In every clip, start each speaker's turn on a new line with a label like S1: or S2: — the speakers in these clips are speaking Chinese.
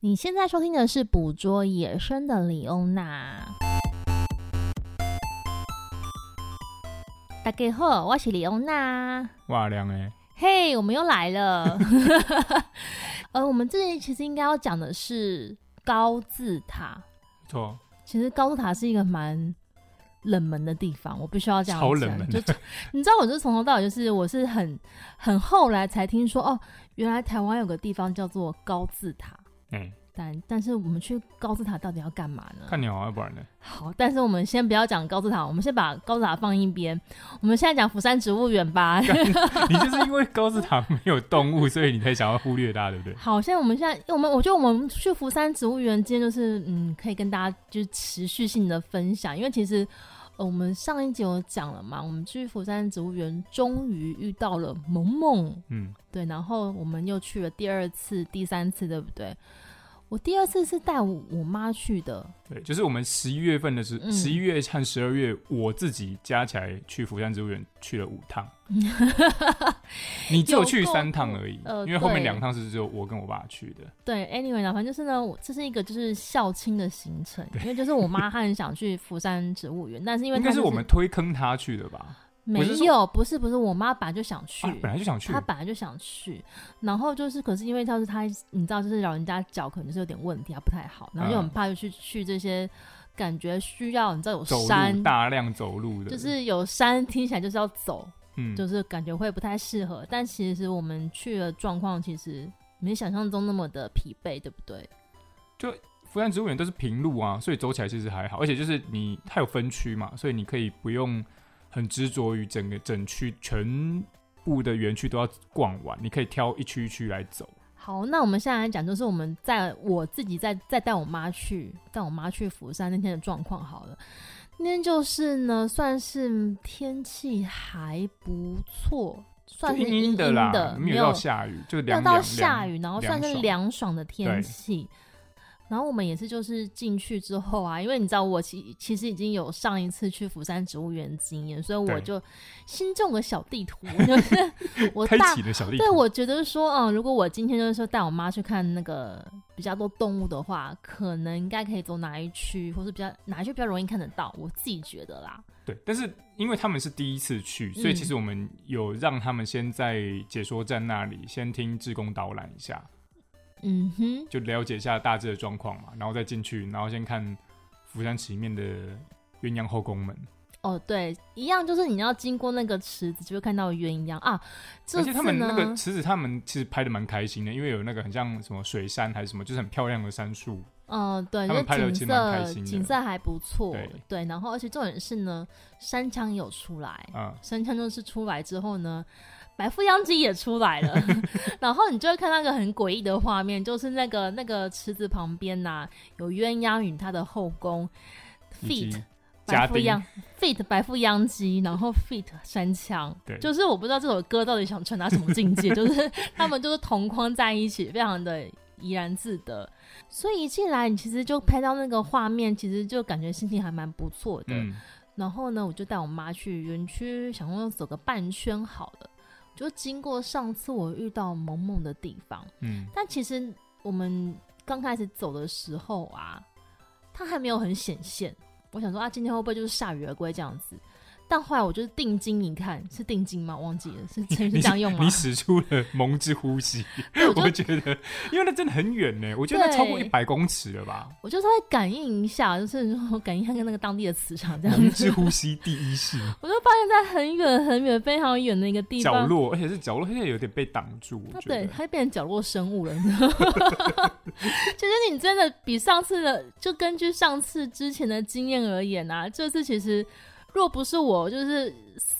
S1: 你现在收听的是《捕捉野生的李欧娜》。大家好，我是李欧娜。
S2: 哇亮哎，
S1: 嘿我们又来了。 呃，我们这里其实应该要讲的是高字塔。
S2: 不错，
S1: 其实高字塔是一个蛮冷门的地方，我必须要这样
S2: 超
S1: 讲
S2: 冷门
S1: 就 你知道，我就是从头到尾就是我是很很后来才听说哦，原来台湾有个地方叫做高字塔。
S2: 哎、
S1: 但但是我们去高字塔到底要干嘛呢？
S2: 看你好，要不然呢？
S1: 好，但是我们先不要讲高字塔，我们先把高字塔放一边，我们现在讲釜山植物园吧。
S2: 你就是因为高字塔没有动物，所以你才想要忽略它，对不对？
S1: 好，现在我们现在我们我觉得我们去釜山植物园今天就是嗯，可以跟大家就是持续性的分享，因为其实。呃我们上一集有讲了嘛，我们去釜山植物园终于遇到了萌萌，
S2: 嗯，
S1: 对，然后我们又去了第二次、第三次，对不对？我第二次是带我我妈去的，
S2: 对，就是我们十一月份的时，
S1: 嗯
S2: 十一、月和十二月，我自己加起来去釜山植物园去了五趟，你只有去三趟而已，
S1: 有够呃
S2: 因为后面
S1: 对
S2: 两趟是只有我跟我爸去的。
S1: 对，anyway 呢，反正就是呢，我这是一个就是校庆的行程，因为就是我妈她很想去釜山植物园，但是因为
S2: 应
S1: 她、
S2: 该
S1: 就是
S2: 我们推坑他去的吧？
S1: 没
S2: 是说
S1: 有，不是不是，我妈本来就想去。
S2: 啊，本来就想去
S1: 她，本来就想去，然后就是，可是因为她是她，你知道，就是老人家脚可能就是有点问题，啊她不太好，然后又很
S2: 嗯
S1: 怕就去去这些感觉需要，你知道有
S2: 走
S1: 山
S2: 路，大量走路的，
S1: 就是有山听起来就是要走，
S2: 嗯，
S1: 就是感觉会不太适合。但其实我们去的状况其实没想象中那么的疲惫，对不对？
S2: 福山植物园都是平路啊，所以走起来其实还好，而且就是你它有分区嘛，所以你可以不用很执着于整个整区全部的园区都要逛完，你可以挑一区一区来走。
S1: 好，那我们现在来讲，就是我们在我自己在再带我妈去带我妈去釜山那天的状况好了。那天就是呢，算是天气还不错，算是
S2: 就阴
S1: 阴
S2: 的啦，没
S1: 没
S2: 有到
S1: 有
S2: 下雨，就
S1: 没有
S2: 凉
S1: 到
S2: 凉
S1: 下
S2: 凉
S1: 雨，然后算是
S2: 爽
S1: 凉爽的天
S2: 对
S1: 气。然后我们也是，就是进去之后啊，因为你知道我其其实已经有上一次去釜山植物园的经验，所以我
S2: 对
S1: 就心中有个小地 图，就是我
S2: 开
S1: 大
S2: 启了小地
S1: 对，
S2: 图
S1: 我觉得说，嗯，如果我今天就是说带我妈去看那个比较多动物的话，可能应该可以走哪一区，或是比较哪一区比较容易看得到，我自己觉得啦。
S2: 对，但是因为他们是第一次去，所以
S1: 嗯
S2: 其实我们有让他们先在解说站那里先听志工导览一下，
S1: 嗯哼，
S2: 就了解一下大致的状况嘛，然后再进去，然后先看釜山池里面的鸳鸯后宫门。
S1: 哦，对，一样就是你要经过那个池子，就会看到鸳鸯啊。这
S2: 而
S1: 次呢，
S2: 且他们那个池子，他们其实拍的蛮开心的，因为有那个很像什么水山还是什么，就是很漂亮的杉树。
S1: 嗯，对，
S2: 他们拍
S1: 那
S2: 得
S1: 景
S2: 其实蛮开
S1: 色
S2: 心的
S1: 景色还不错，
S2: 对
S1: 然后而且重点是呢，山枪有出来，
S2: 啊、
S1: 神枪就是出来之后呢，白富央吉也出来 了，然后你就会看到一个很诡异的画面，就是那个那个池子旁边呐、有鸳鸯与她的后宫
S2: 以
S1: ，feat
S2: 及
S1: 白
S2: 家
S1: 富
S2: 丁
S1: 央 feat 白富央吉，然后 feat 山枪，
S2: 对，
S1: 就是我不知道这首歌到底想传达什么境 界，就是他们就是同框在一起，非常的怡然自得，所以一进来你其实就拍到那个画面，其实就感觉心情还蛮不错的。
S2: 嗯，
S1: 然后呢，我就带我妈去园区，想说走个半圈好了。就经过上次我遇到萌萌的地方，
S2: 嗯，
S1: 但其实我们刚开始走的时候啊，它还没有很显现。我想说啊，今天会不会就是铩羽而归这样子？但后来我就是定睛一看，是定睛吗？忘记了，是成语是
S2: 你
S1: 这样用吗
S2: 你？使出了蒙之呼吸，
S1: 对，我就
S2: 我觉得，因为那真的很远呢，我觉得那超过一
S1: 对
S2: 百公尺了吧。
S1: 我就稍微感应一下，就是说感应一下跟那个当地的磁场这样
S2: 蒙
S1: 子。
S2: 之呼吸第一式
S1: 我就发现，在很远很远、非常远的一个 地
S2: 角
S1: 方，
S2: 落，而且是角落，现在有点被挡住。我
S1: 它
S2: 觉
S1: 对，
S2: 得
S1: 它就变成角落生物了， 你知道吗？其实你真的比上次的，就根据上次之前的经验而言啊，这次其实若不是我就是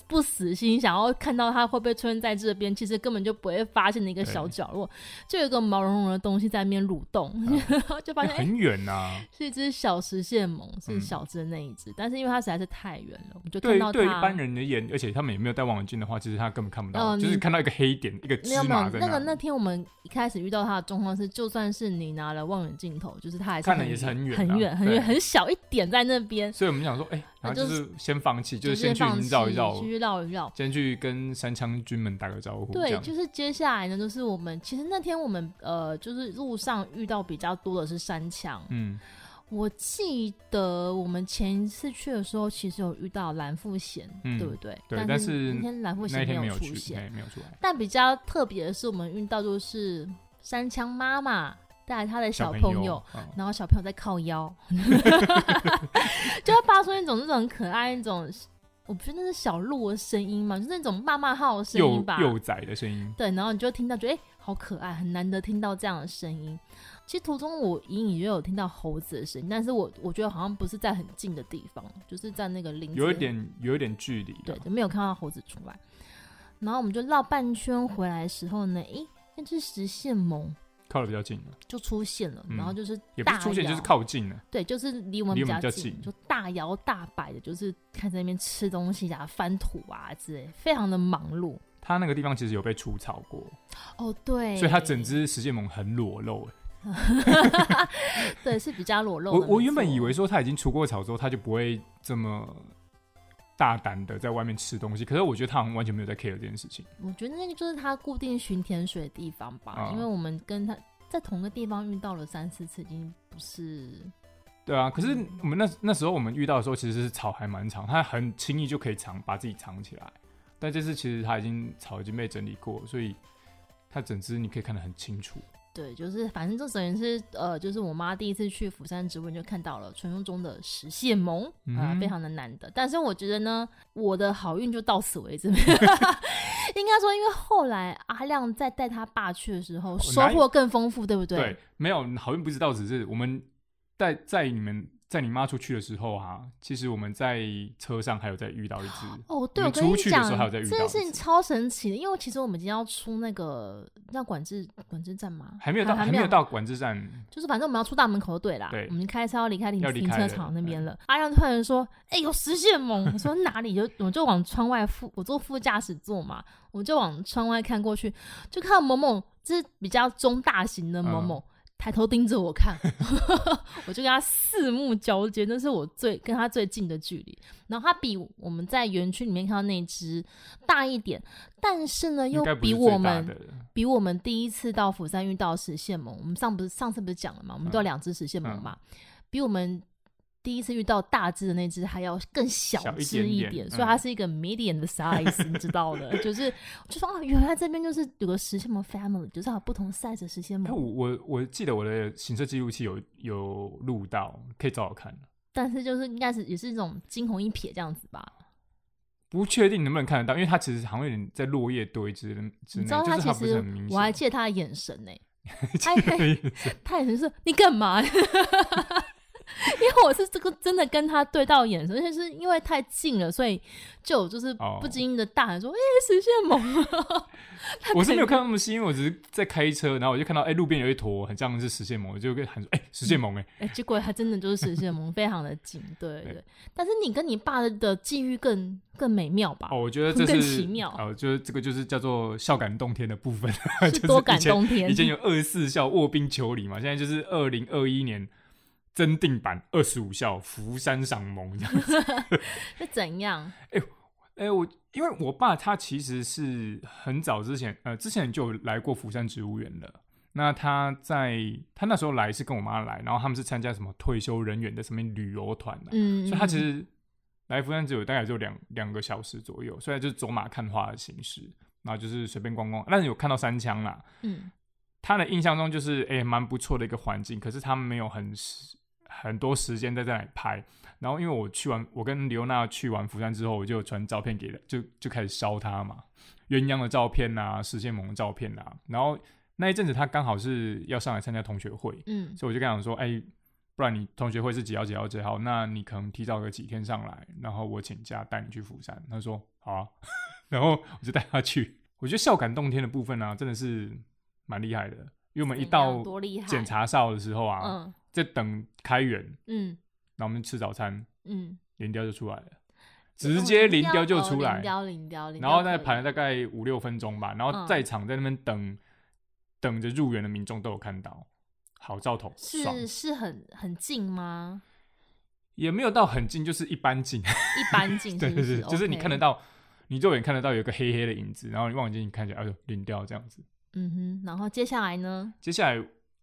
S1: 不死心，想要看到它会不会出现在这边，其实根本就不会发现的一个小
S2: 对
S1: 角落，就有一个毛茸茸的东西在那边蠕动，然后就发现哎、
S2: 啊很远啊呐。
S1: 是一只小食蟹獴，是
S2: 嗯
S1: 小只的那一只，但是因为它实在是太远了，我们就看
S2: 对
S1: 到它。
S2: 对，一般人的眼，而且他们也没有戴望远镜的话，其实他根本看不到，
S1: 嗯
S2: 就是看到一个黑点，一个
S1: 没
S2: 芝
S1: 有没有
S2: 麻，在
S1: 那个
S2: 里
S1: 那天我们一开始遇到他的状况是，就算是你拿了望远镜头，就是他还是
S2: 看了也是很远啊
S1: 很远、很
S2: 对
S1: 远、很小一点在那边。
S2: 所以我们想说，哎、然后就是先放弃，就是先去营造一
S1: 就是先放弃
S2: 绕
S1: 继续绕一绕。
S2: 先去跟山枪军们打个招呼，这
S1: 对，
S2: 样
S1: 就是接下来呢，就是我们其实那天我们呃，就是路上遇到比较多的是山墙。
S2: 嗯
S1: 我记得我们前一次去的时候，其实有遇到蓝富贤，
S2: 嗯
S1: 对不对？
S2: 对
S1: 但
S2: 但是
S1: 那天蓝富
S2: 那
S1: 贤
S2: 一天没
S1: 有
S2: 有
S1: 出
S2: 去，
S1: 现。
S2: 哎，没有出来。
S1: 但比较特别的是，我们遇到就是山枪妈妈带来她的小
S2: 朋
S1: 朋友
S2: 友，，嗯
S1: 然后小朋友在靠 腰，就会发出一种那种很可爱那种，我不觉得那是小鹿的声音嘛，就是那种骂骂号的声音
S2: 幼
S1: 吧。
S2: 幼崽的声音，
S1: 对，然后你就听到觉得哎、诶好可爱，很难得听到这样的声音。其实途中我隐隐约有听到猴子的声音，但是我我觉得好像不是在很近的地方，就是在那个林子
S2: 有一
S1: 里
S2: 点有一点距离啊
S1: 对
S2: 了，，
S1: 就没有看到猴子出来。然后我们就绕半圈回来的时候呢，诶、那只石线萌
S2: 靠的比较近了，
S1: 就出现了，
S2: 嗯
S1: 然后就是
S2: 也不
S1: 大
S2: 是出现
S1: 摇
S2: 就是靠近啊了，
S1: 对，就是离我们
S2: 离
S1: 比
S2: 我们
S1: 较
S2: 比较
S1: 近，
S2: 近
S1: 就大摇大摆的，就是看在那边吃东西啊、翻土啊之类，非常的忙碌。
S2: 它那个地方其实有被除草过，
S1: 哦，对，
S2: 所以它 整只石剑猛很裸露。哎
S1: 对是比较裸露
S2: 我
S1: 的
S2: 我
S1: 没
S2: 原本
S1: 错
S2: 以为说它已经除过草之后，它就不会这么大胆的在外面吃东西，可是我觉得它好像完全没有在 care 这件事情。
S1: 我觉得那个就是他固定巡甜水的地方吧，
S2: 啊
S1: 因为我们跟他在同个地方遇到了三四次，已经不是
S2: 对啊，可是
S1: 嗯
S2: 我们那那时候我们遇到的时候，其实是草还蛮长，它很轻易就可以藏把自己藏起来。但这次其实它已经草已经被整理过，所以它整只你可以看得很清楚。
S1: 对，就是反正这等于是呃，就是我妈第一次去釜山植物园就看到了传说中的石蟹獴
S2: 嗯
S1: 啊、
S2: 哼
S1: 非常的难得。但是我觉得呢，我的好运就到此为止。应 该说，因为后来阿亮在带他爸去的时候，收
S2: 哦哪有
S1: 获更丰富，对不对？
S2: 对，没有好运不知道，只是我们在在你们在你妈出去的时候啊，其实我们在车上还有再遇到一只，
S1: 哦，对，
S2: 你
S1: 我跟你
S2: 出去的时候
S1: 讲，
S2: 还有再遇
S1: 这
S2: 到
S1: 件事
S2: 一
S1: 情
S2: 次
S1: 超神奇的，因为其实我们今天要出那个那管制管制站嘛，
S2: 还没有到
S1: 还
S2: 还没有，到管制站，
S1: 就是反正我们要出大门口就对啦。
S2: 对
S1: 我们开车要离开停
S2: 要离
S1: 停
S2: 开
S1: 车
S2: 了
S1: 场那边了。阿亮突然说：“哎、有实线猛！”我说：“哪里？”就我就往窗外副，我坐副驾驶座嘛，我就往窗外看过去，就看到某某，就是比较中大型的某
S2: 嗯
S1: 某。抬头盯着我看， 我就跟他四目交接，那是我最跟他最近的距离。然后他比我们在园区里面看到那只大一点，但是呢
S2: 应
S1: 又
S2: 该不
S1: 哎比
S2: 是
S1: 我
S2: 最大
S1: 们
S2: 的。
S1: 比我们第一次到釜山遇到的实线盟，我们上不是上次不是讲了嘛，我们都有
S2: 嗯
S1: 两只实线盟嘛，比我们第一次遇到大只的那只还要更小
S2: 小一
S1: 只
S2: 点点嗯
S1: 所以它是一个 medium 的 size，你知道 的，就是就说啊，原来这边就是有个实线盟 family，就是它有不同 size 的实线
S2: 哎，
S1: 盟，
S2: 我我我记得我的行车记录器有有录到，可以找找看。
S1: 但是就是应该是也是一种惊鸿一瞥这样子吧，
S2: 不确定能不能看得到，因为它其实好像有点在落叶堆之之
S1: 你
S2: 内，
S1: 知道
S2: 就是
S1: 其
S2: 它不嗯是
S1: 实
S2: 很明
S1: 我还哎
S2: 显。
S1: 记得他的眼神呢、他他眼神是你干嘛？ 因为我是这个真的跟他对到眼神，而且是因为太近了，所以就有就是
S2: 哦
S1: 不经意的大喊说：“哎、实现萌！”他
S2: 我是 没有
S1: 可
S2: 看那么细，因为我只是在开车，然后我就看到哎、路边有一坨很像是实线萌，我就跟喊说哎、实线萌哎、
S1: 能，哎、结果还真的就是实现萌，非常的近，对对
S2: 对
S1: 但是你跟你爸的际遇更更美妙吧？
S2: 哦，我觉得这
S1: 更
S2: 是
S1: 奇妙
S2: 哦，就是这个就是叫做孝感动天的部分，
S1: 是
S2: 就是
S1: 多感
S2: 以前
S1: 动天
S2: 以。前有二十四孝卧冰求鲤嘛，现在就是二零二一年增定版二十五孝扶山赏萌这样。
S1: 是怎样？
S2: 哎、我因为我爸他其实是很早之前，呃，之前就有来过釜山植物园了。那他在他那时候来是跟我妈来，然后他们是参加什么退休人员的什么旅游团的，
S1: 嗯，
S2: 所以他其
S1: 嗯
S2: 实来釜山只有大概就两两个小时左右，所以就是走马看花的形式，然后就是随便逛逛，但是有看到山枪啦。
S1: 嗯
S2: 他的印象中就是哎，蛮、不错的一个环境，可是他们没有很时很多时间在这里拍。然后因为我去完，我跟刘娜去完釜山之后，我就有传照片给他，就就开始烧他嘛，鸳鸯的照片啊，石线萌的照片啊。然后那一阵子他刚好是要上来参加同学会，
S1: 嗯
S2: 所以我就跟他讲说，哎、不然你同学会是几号几号几号？那你可能提早个几天上来，然后我请假带你去釜山。他说好啊， 然后我就带他去。我觉得孝感动天的部分啊，真的是蛮厉害的，因为我们一
S1: 怎样
S2: 到
S1: 多厉害
S2: 检，查哨的时候啊，
S1: 嗯
S2: 在等开园，
S1: 嗯
S2: 然后我们吃早餐，
S1: 嗯，
S2: 林雕就出来了，直接林雕就出
S1: 哦林
S2: 来，
S1: 雕林雕林雕可以，
S2: 然后在排了大概五六分钟吧，然后
S1: 嗯
S2: 在场在那边等、等着入园的民众都有看到，好兆头，爽。
S1: 是是很很近吗？
S2: 也没有到很近，就是一般近。
S1: 一般近，
S2: 对
S1: 是不
S2: 对
S1: 是
S2: 对，就是你看得
S1: OK
S2: 到你肉眼看得到有一个黑黑的影子，然后你望远镜你看起来，哎呦，淋掉这样子。
S1: 嗯哼，然后接下来呢？
S2: 接下来，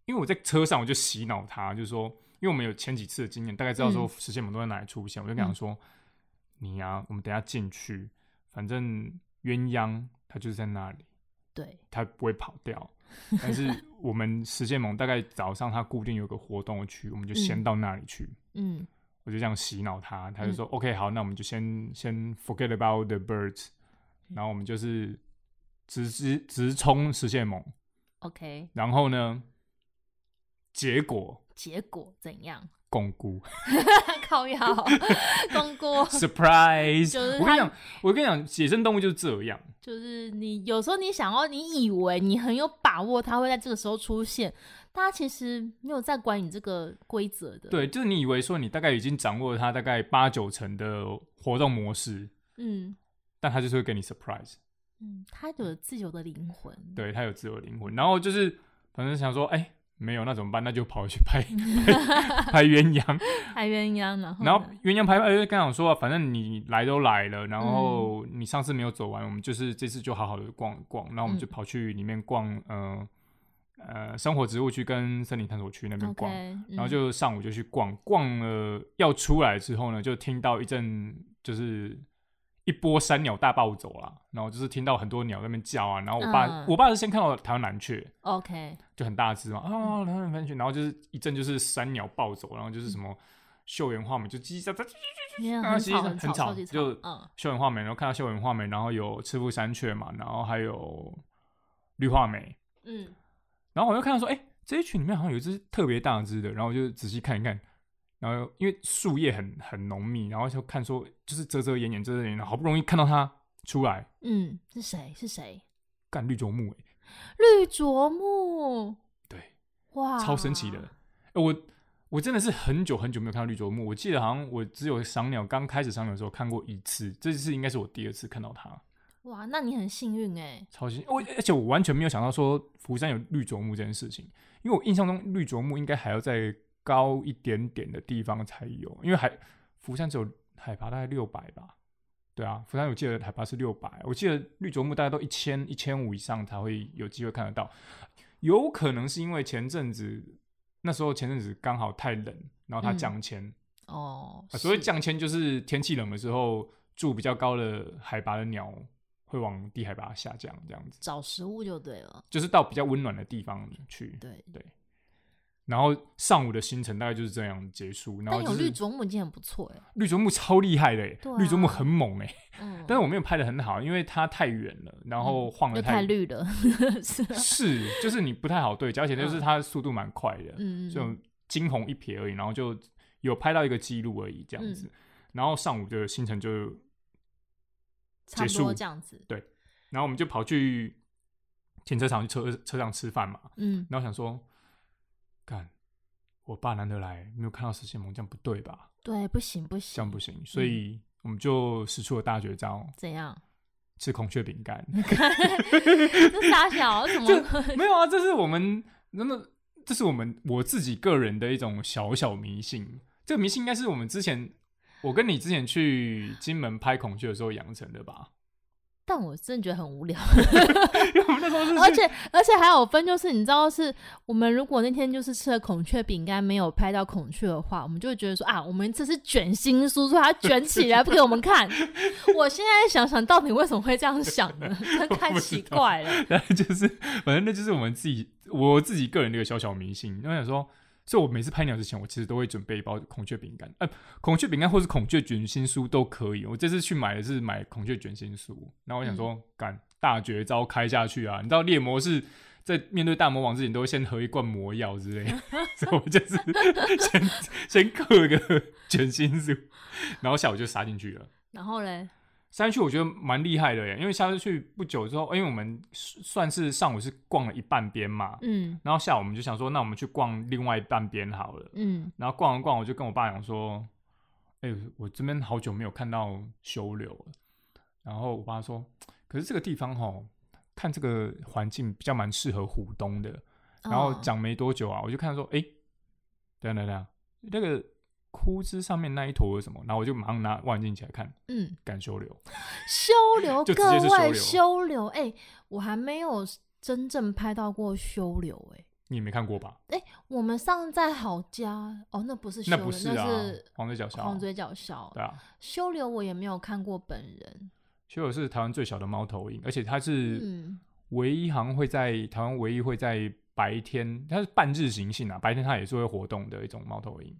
S2: 因为我在车上我就洗脑他，就是说，因为我们有前几次的经验，大概知道说
S1: 嗯
S2: 实现某都在哪里出现，我就跟他说，你呀、我们等一下进去，反正鸳鸯它就是在那里，
S1: 对，
S2: 它不会跑 掉。但是我们实现盟大概早上它固定有个活动区，我们就先
S1: 嗯
S2: 到那里去。
S1: 嗯
S2: 我就这样洗脑他，他就说、OK 好，那我们就先先 forget about the birds，然后我们就是直直直冲实现盟。
S1: ，OK，
S2: 然后呢，结果
S1: 结果怎样？
S2: 共估
S1: 靠 腰，东郭
S2: surprise，
S1: 就是
S2: 我跟
S1: 他
S2: 你讲，我跟你讲，野生动物就是这样，
S1: 就是你有时候你想要，你以为你很有把握，它会在这个时候出现，但它其实没有在管你这个规则的。，
S2: 对，就是你以为说你大概已经掌握了它大概八九成的活动模式，
S1: 嗯
S2: 但它就是会给你 surprise，
S1: 嗯，它有自由的灵魂。
S2: 对，它有自由灵魂，然后就是反正想说，哎、没有那怎么办？那就跑去拍 拍拍鸳鸯，
S1: 拍鸳鸯，然后
S2: 然后
S1: 呢
S2: 鸳鸯拍拍就刚想说、啊，反正你来都来了，然后你上次没有走完，我们就是这次就好好的逛一逛，然后我们
S1: 嗯
S2: 就跑去里面逛，呃呃，生活植物区跟森林探索区那边
S1: OK，
S2: 逛然后
S1: 嗯
S2: 就上午就去逛，逛了要出来之后呢，就听到一阵就是一波山鸟大暴走啦，然后就是听到很多鸟在那边叫啊，然后我爸、
S1: 嗯
S2: 我爸是先看到台湾蓝雀，
S1: OK，
S2: 就很大只嘛，啊，然后很分群，然后就是一阵就是山鸟暴走，然后就是什么绣园画眉，就叽叽喳喳，
S1: 因为
S2: 啊
S1: 很
S2: 其实
S1: 吵，
S2: 很
S1: 吵，
S2: 吵
S1: 超级吵
S2: 就
S1: 嗯
S2: 绣园画眉，然后看到绣园画眉，然后有赤腹山雀嘛，然后还有绿画眉，
S1: 嗯，
S2: 然后我就看到说，哎、这一群里面好像有一只特别大只的，然后我就仔细看一看，然后因为树叶很很浓密，然后就看说就是遮遮掩掩遮遮掩掩，好不容易看到它出来，
S1: 嗯，是谁？是谁？
S2: 干绿啄木、欸，
S1: 绿啄木，
S2: 对，
S1: 哇，
S2: 超神奇的。呃我我真的是很久很久没有看到绿啄木，我记得好像我只有赏鸟刚开始赏鸟的时候看过一次，这次应该是我第二次看到它，
S1: 哇！那你很幸运哎、
S2: 超新。我而且我完全没有想到说福山有绿啄木这件事情，因为我印象中绿啄木应该还要在高一点点的地方才有，因为海福山只有海拔大概六百吧。对啊，福山我记得海拔是六百，我记得绿啄木大概都一千一千五以上才会有机会看得到。有可能是因为前阵子那时候前阵子刚好太冷，然后它
S1: 嗯
S2: 降签、
S1: 哦，
S2: 啊所谓
S1: 是
S2: 降迁就是天气冷的时候，住比较高的海拔的鸟会往低海拔下降，这样子，
S1: 找食物就对了，
S2: 就是到比较温暖的地方去。
S1: 对。
S2: 然后上午的行程大概就是这样结束。然后
S1: 但有
S2: 就
S1: 绿
S2: 是
S1: 啄木已经很不错哎、
S2: 绿啄木超厉害的、欸
S1: 对啊
S2: 绿啄木很猛哎、
S1: 嗯，
S2: 但是我没有拍的很好，因为它太远了，然后晃的
S1: 又太
S2: 太。
S1: 绿了， 是啊，
S2: 是，就是你不太好对焦，而且就是它速度蛮快的，
S1: 嗯，
S2: 就惊鸿一瞥而已，然后就有拍到一个记录而已这样子。
S1: 嗯
S2: 然后上午的行程就
S1: 差不
S2: 结
S1: 多
S2: 束
S1: 这样子，
S2: 然后我们就跑去停车场去车车上吃饭嘛。
S1: 嗯，
S2: 然后想说，干，我爸难得来，没有看到实现盟，这样不对吧？
S1: 对，不行不
S2: 这
S1: 行，
S2: 样不行，所以我们就使出了大绝招，
S1: 怎样？
S2: 吃孔雀饼干。
S1: 这傻小怎么
S2: 这没有啊，这是我们真的，这是我们我自己个人的一种小小迷信。这个迷信应该是我们之前。我跟你之前去金门拍孔雀的时候养成的吧？
S1: 但我真的觉得很无聊，
S2: 因为我们那时候是 去
S1: 而且而且还有分，就是你知道是，我们如果那天就是吃了孔雀饼干，没有拍到孔雀的话，我们就会觉得说啊，我们这是卷心酥，所以它卷起来不给我们 看。我现在想想到底为什么会这样想呢？真的太奇怪了。
S2: 然后就是，反正那就是我们自己我自己个人的一个小小迷信。因为想说，所以我每次拍鸟之前，我其实都会准备一包孔雀饼干，呃，孔雀饼干或是孔雀卷心酥都可以。我这次去买的是买孔雀卷心酥，然后我想说，干、大绝招开下去啊！你知道猎魔是。在面对大魔王之前，都会先喝一罐魔药之类的，所以我就是 先先嗑个卷心酥，然后下午就杀进去了。
S1: 然后嘞，
S2: 山区我觉得蛮厉害的耶，因为下次去不久之后，因为我们算是上午是逛了一半边嘛，
S1: 嗯
S2: 然后下午我们就想说，那我们去逛另外一半边好了。
S1: 嗯，
S2: 然后逛完逛，我就跟我爸讲说：“哎、我这边好久没有看到修柳了。”然后我爸说：“可是这个地方吼，看这个环境比较蛮适合湖东的。”然后
S1: 哦
S2: 讲没多久啊，我就看到说：“哎、等一下等一下等一下，那个枯枝上面那一坨是什么？然后我就马上拿望远镜起来看，
S1: 嗯，
S2: 敢修留，
S1: 修留，
S2: 就直
S1: 各
S2: 接是修
S1: 位
S2: 留
S1: 修留，哎、我还没有真正拍到过修留、
S2: 你没看过吧？
S1: 哎，我们上在好家，哦，那不是修
S2: 那
S1: 留，
S2: 不是啊，黄嘴角鸮，
S1: 黄嘴角鸮，
S2: 对啊，
S1: 修留我也没有看过本人，
S2: 修留是台湾最小的猫头鹰，而且它是
S1: 嗯，
S2: 唯一好像会在台湾唯一会在白天，它是半日行性啊，白天它也是会活动的一种猫头鹰。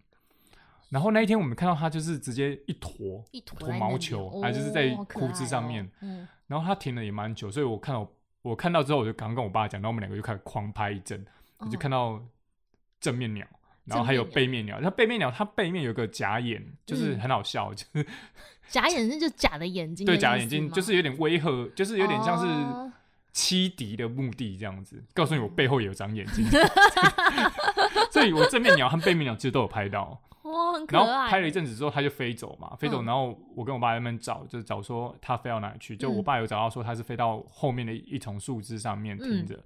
S2: 然后那一天我们看到它就是直接一坨，
S1: 一坨
S2: 坨
S1: 在那
S2: 毛
S1: 里
S2: 球
S1: 哦
S2: 还是在
S1: 好可
S2: 裤子
S1: 爱
S2: 上
S1: 哦
S2: 面
S1: 嗯，
S2: 然后它停了也蛮久，所以我看到我看到之后我就赶快跟我爸讲，然后我们两个就开始狂拍一阵，我就
S1: 哦
S2: 看到正面鸟，然后还有
S1: 正面鸟
S2: 背面鸟。它背面鸟它背面有个假眼，就是
S1: 嗯
S2: 很好笑， 就是
S1: 假眼睛就假的眼睛的
S2: 对
S1: 意思吗，
S2: 假眼睛，就是有点威吓，就是有点像是
S1: 哦嗯
S2: 欺敌的目的这样子。告诉你，我背后也有长眼睛， 所以我正面鸟和背面鸟其实都有拍到。
S1: 哇，哦很可
S2: 然后
S1: 爱。
S2: 拍了一阵子之后，它就飞走嘛，飞走。
S1: 嗯
S2: 然后我跟我爸在那边找，就找说它飞到哪里去。就
S1: 嗯
S2: 我爸有找到说它是飞到后面的一一丛树枝上面停
S1: 嗯
S2: 着，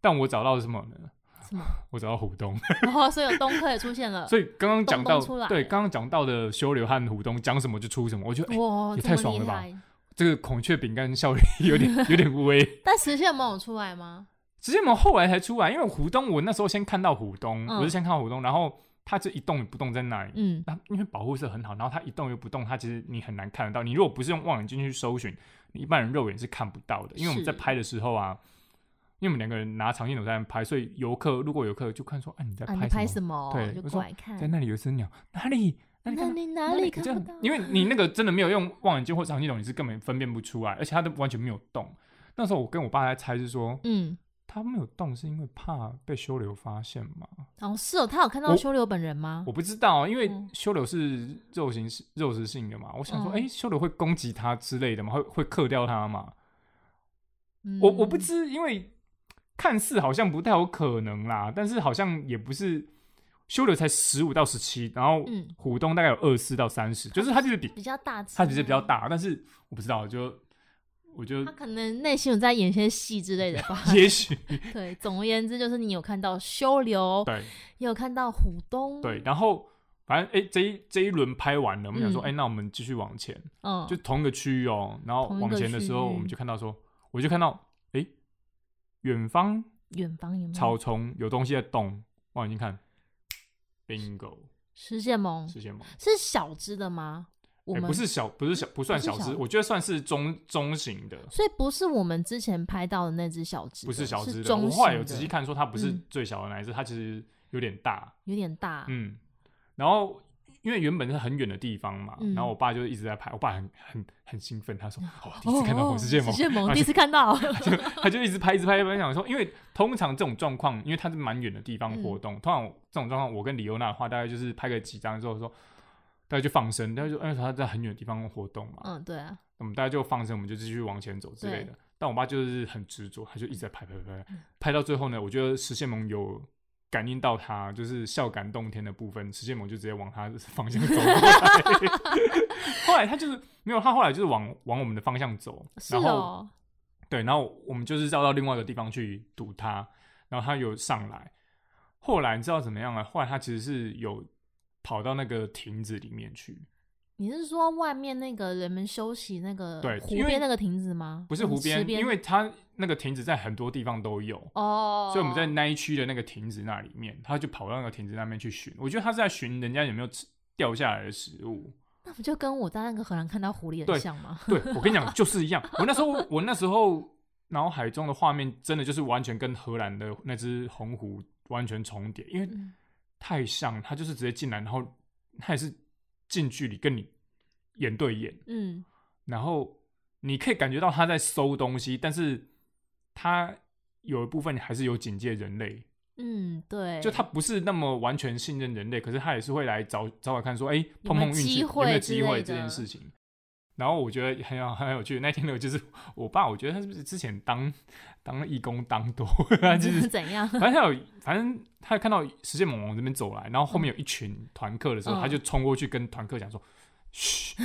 S2: 但我找到的是什么呢？
S1: 什么？
S2: 我找到虎 洞。
S1: 然后所以有东科也出现了，
S2: 所以刚刚讲到
S1: 洞洞出来，
S2: 对，刚刚讲到的修留和虎东讲什么就出什么，我 觉得、哎，
S1: 哇，
S2: 也
S1: 这
S2: 太
S1: 么
S2: 爽
S1: 厉
S2: 了吧
S1: 害！
S2: 这个孔雀饼干效率有点 有点微。
S1: 但实线盟有出来吗？
S2: 直接我后来才出来，因为虎东我那时候先看到虎东，
S1: 嗯
S2: 我是先看到虎东，然后它就一动也不动在那里。
S1: 嗯，
S2: 那因为保护色很好，然后它一动又不动，它其实你很难看得到。你如果不是用望远镜去搜寻，你一般人肉眼是看不到的。因为我们在
S1: 是
S2: 拍的时候啊，因为我们两个人拿长镜头在那边拍，所以游客如果游客就看说，哎、你在
S1: 啊，
S2: 拍什
S1: 你
S2: 么？
S1: 拍什么？
S2: 对
S1: 就
S2: 我
S1: 过
S2: 说
S1: 来看
S2: 在。那里有一只鸟，哪里？哪里看
S1: 那
S2: 到？
S1: 你哪里看不到？
S2: 因为 你那个真的没有用望远镜或长镜头，你是根本分辨不出来，而且它都完全没有动。那时候我跟我爸在猜，是说
S1: 嗯，
S2: 它没有动是因为怕被修留发现嘛？
S1: 哦，是哦，他有看到
S2: 我
S1: 修留本人吗？
S2: 我不知道，啊因为
S1: 嗯
S2: 修留是肉形肉食性的嘛，我想说，
S1: 嗯
S2: 哎、修留会攻击它之类的嘛，会会克掉它嘛？我我不
S1: 嗯
S2: 知，因为看似好像不太有可能啦，但是好像也不是。修留才十五到十七，然后
S1: 嗯，
S2: 虎东大概有二四到三十，就是它就是比
S1: 比较大只，
S2: 它其实比较，大，但是我不知道，就我就
S1: 他可能内心有在演些戏之类的吧。
S2: 也许
S1: 对，总而言之就是你有看到修留，
S2: 对
S1: 也有看到虎东，
S2: 对，，然后反正哎、诶这一这一轮拍完了，我们想说，
S1: 嗯
S2: 哎、那我们继续往前，
S1: 嗯，
S2: 就同一个区域哦。然后
S1: 同一个
S2: 往前的时
S1: 区
S2: 候，
S1: 域
S2: 我们就看到说，我就看到哎，诶远方
S1: 远方有没
S2: 草
S1: 有
S2: 丛有东西在动，往眼睛看，bingo，
S1: 实线盟？
S2: 视线吗？
S1: 是小只的吗？我
S2: 哎
S1: 们
S2: 不是小，不是小，不算
S1: 不是
S2: 小只，
S1: 小
S2: 我觉得算是中中型的，
S1: 所以不是我们之前拍到的那只小只的，
S2: 不是小只的。
S1: 中
S2: 我后来
S1: 型的
S2: 有仔细看，说它不是
S1: 嗯
S2: 最小的那一只，它其实有点大。
S1: 有点大，
S2: 嗯，然后因为原本是很远的地方嘛，
S1: 嗯
S2: 然后我爸就一直在拍，我爸很很很兴 奋，他说：“哦，第一次看到红世界
S1: 哦
S2: 吗
S1: 视？”线盟
S2: 而
S1: 第一
S2: 且
S1: 次看到，
S2: 他就一直拍，一直拍，一直拍，想说，因为通常这种状况，因为它是蛮远的地方活
S1: 嗯
S2: 动，通常这种状况，我跟李优娜的话，大概就是拍个几张之后说。大家就放生，大家就因为他在很远的地方活动嘛，
S1: 嗯，对啊，
S2: 我们大家就放生，我们就继续往前走之类
S1: 嗯
S2: 的。但我爸就是很执着，他就一直在拍拍拍拍，拍到最后呢，我觉得石线萌有感应到他，就是孝感动天的部分，石线萌就直接往他的方 向走过来。后来他就是没有，他后来就是往往我们的方向走，
S1: 是
S2: 然后、
S1: 哦，
S2: 对，然后我们就是绕到另外一个地方去堵他，然后他有上来。后来你知道怎么样啊？后来他其实是有跑到那个亭子里面去，
S1: 你是说外面那个人们休息那个
S2: 对
S1: 湖
S2: 因为
S1: 边那个亭子吗？
S2: 不是湖
S1: 嗯池
S2: 边，
S1: 边，
S2: 因为它那个亭子在很多地方都有，
S1: 哦，
S2: 所以我们在那一区的那个亭子那里面，他就跑到那个亭子那边去寻。我觉得他是在寻人家有没有吃掉下来的食物。
S1: 那不就跟我在那个荷兰看到狐狸
S2: 对
S1: 很像吗？
S2: 对我跟你讲， 就是一样。我那时候，我那时候脑海中的画面真的就是完全跟荷兰的那只红狐完全重叠，因为
S1: 嗯
S2: 太像，它就是直接进来，然后它也是近距离跟你眼对眼，
S1: 嗯，
S2: 然后你可以感觉到他在搜东西，但是他有一部分还是有警戒人类，
S1: 嗯，对，
S2: 就他不是那么完全信任人类，可是他也是会来找找找看说，哎、碰碰运气
S1: 机
S2: 有
S1: 会
S2: 没有
S1: 之
S2: 机会
S1: 类
S2: 这件
S1: 的
S2: 事情。然后我觉得很有很有趣，那天呢，就是我爸，我觉得他是不是之前当当义工当多， 他就 是
S1: 怎 样？
S2: 反正他有，反正他看到石界猛龙这边走来，然后后面有一群团客的时候，
S1: 嗯
S2: 他就冲过去跟团客讲说：“嘘， 嘘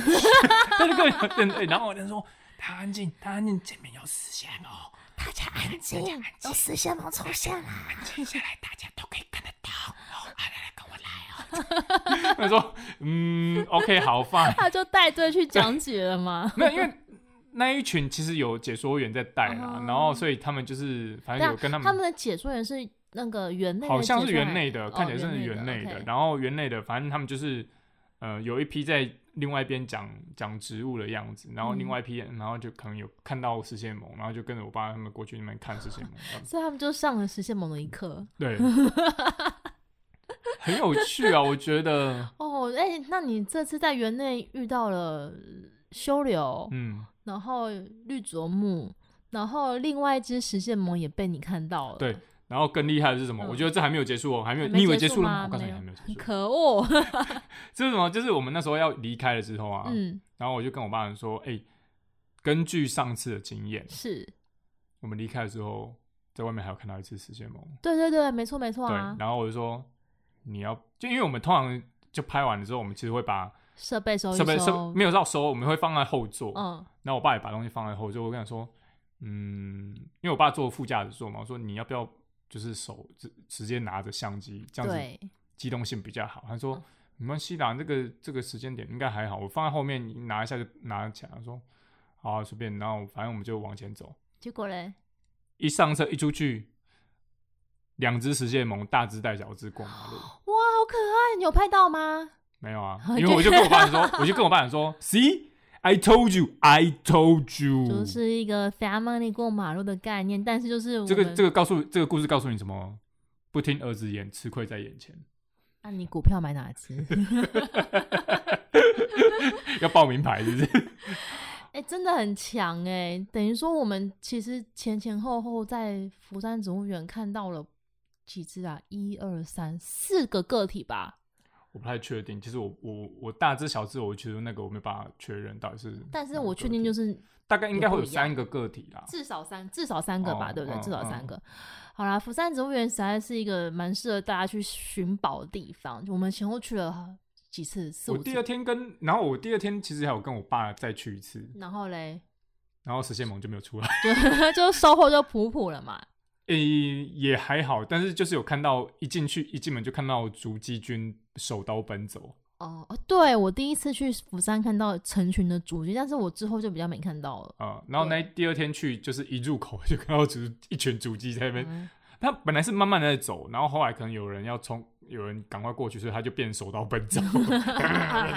S2: 他就跟对对，然后我就说：“他安静，他安静，见面要视线哦，
S1: 大家安静
S2: 大家安静
S1: 有视线盟出现了，
S2: 安静下来，大家都可以看得到。”哦，啊来来，跟我来他说嗯，OK，好，fine。
S1: 他就带队去讲解了嘛。
S2: 没有，因为那一群其实有解说员在带啦，
S1: 哦
S2: 然后所以他们就是反
S1: 对
S2: 正
S1: 啊
S2: 有跟他们，
S1: 他们的解说员是那个园内的解说员，
S2: 好像是园内的，看起来像是园
S1: 哦园
S2: 内
S1: 内的
S2: 的。
S1: OK
S2: 然后园内的，反正他们就是呃有一批在另外一边讲讲植物的样子，然后另
S1: 嗯
S2: 外一批人，然后就可能有看到视线萌，然后就跟着我爸他们过去那边看视线萌这样 子。
S1: 所以他们就上了实现盟的一课。
S2: 对，很有趣啊，我觉得，
S1: 哦，哎、那你这次在园内遇到了修柳，
S2: 嗯，
S1: 然后绿啄木，然后另外一只实现盟也被你看到了，
S2: 对然后更厉害的是什么？
S1: 嗯
S2: 我觉得这还没有结束哦，还没有，
S1: 还没
S2: 你以为
S1: 结
S2: 结
S1: 束
S2: 束了
S1: 吗
S2: 我告诉
S1: 没
S2: 你
S1: 有
S2: 还没有结束。
S1: 可恶，
S2: 这是什么？就是我们那时候要离开了之后啊，
S1: 嗯，
S2: 然后我就跟我爸人说，哎、根据上次的经验，
S1: 是
S2: 我们离开了之后，在外面还有看到一次视线萌，
S1: 对对对，没错没错
S2: 对
S1: 啊，，
S2: 然后我就说你要，就因为我们通常就拍完了之后，我们其实会把
S1: 设备收一
S2: 设备
S1: 收
S2: 设，没有到收，我们会放在后座，
S1: 嗯，
S2: 然后我爸也把东西放在后座，我跟他说，嗯，因为我爸坐副驾驶座嘛，我说你要不要就是手直直接拿着相机这样子
S1: 对，
S2: 机动性比较好。他说、
S1: 嗯
S2: 没关系啦，这个这个时间点应该还好，我放在后面你拿一下就拿起来。我说好、啊，随便，然后反正我们就往前走。
S1: 结果嘞，
S2: 一上车一出去，两只石蟹猛大只带小只过马
S1: 哇，
S2: 路，
S1: 好可爱，你有拍到吗？，
S2: 没有啊 因为我就跟我爸说，我就跟我爸说，See。I told you, I told you，
S1: 就是一个 family 过马路的概念，但是就是
S2: 这个这
S1: 个，
S2: 个告诉这个故事告诉你什么？不听儿子言，吃亏在眼前。
S1: 那、啊你股票买哪只？
S2: 要报名牌是不是？
S1: 哎、真的很强哎、等于说我们其实前前后后在福山植物园看到了几只啊？一二三四个个体吧，
S2: 我不太确定。其实我我我大只小只，我觉得那个我没有办法确认到底是哪个个体。
S1: 但是我确定就是
S2: 大概应该会有
S1: 也不一样
S2: 三个个体啦。
S1: 至少三至少三个吧，
S2: 哦
S1: 对不对？
S2: 嗯
S1: 至少三个。好啦，福山植物园实在是一个蛮适合大家去寻宝的地方。我们前后去了几次，四
S2: 我
S1: 五
S2: 第二
S1: 次。
S2: 天跟，然后我第二天其实还有跟我爸再去一次，
S1: 然后嘞，
S2: 然后石蟹萌就没有出来，
S1: 就 就收获就普普了嘛。
S2: 诶、也还好，但是就是有看到一进去一进门就看到竹鸡君手刀奔走，
S1: 哦，哦对我第一次去釜山看到成群的竹鸡，但是我之后就比较没看到了。
S2: 啊、然后那第二天去就是一入口 就看到竹一群竹鸡在那边，
S1: 嗯
S2: 他本来是慢慢的走，然后后来可能有人要冲，有人赶快过去，所以他就变手刀奔走，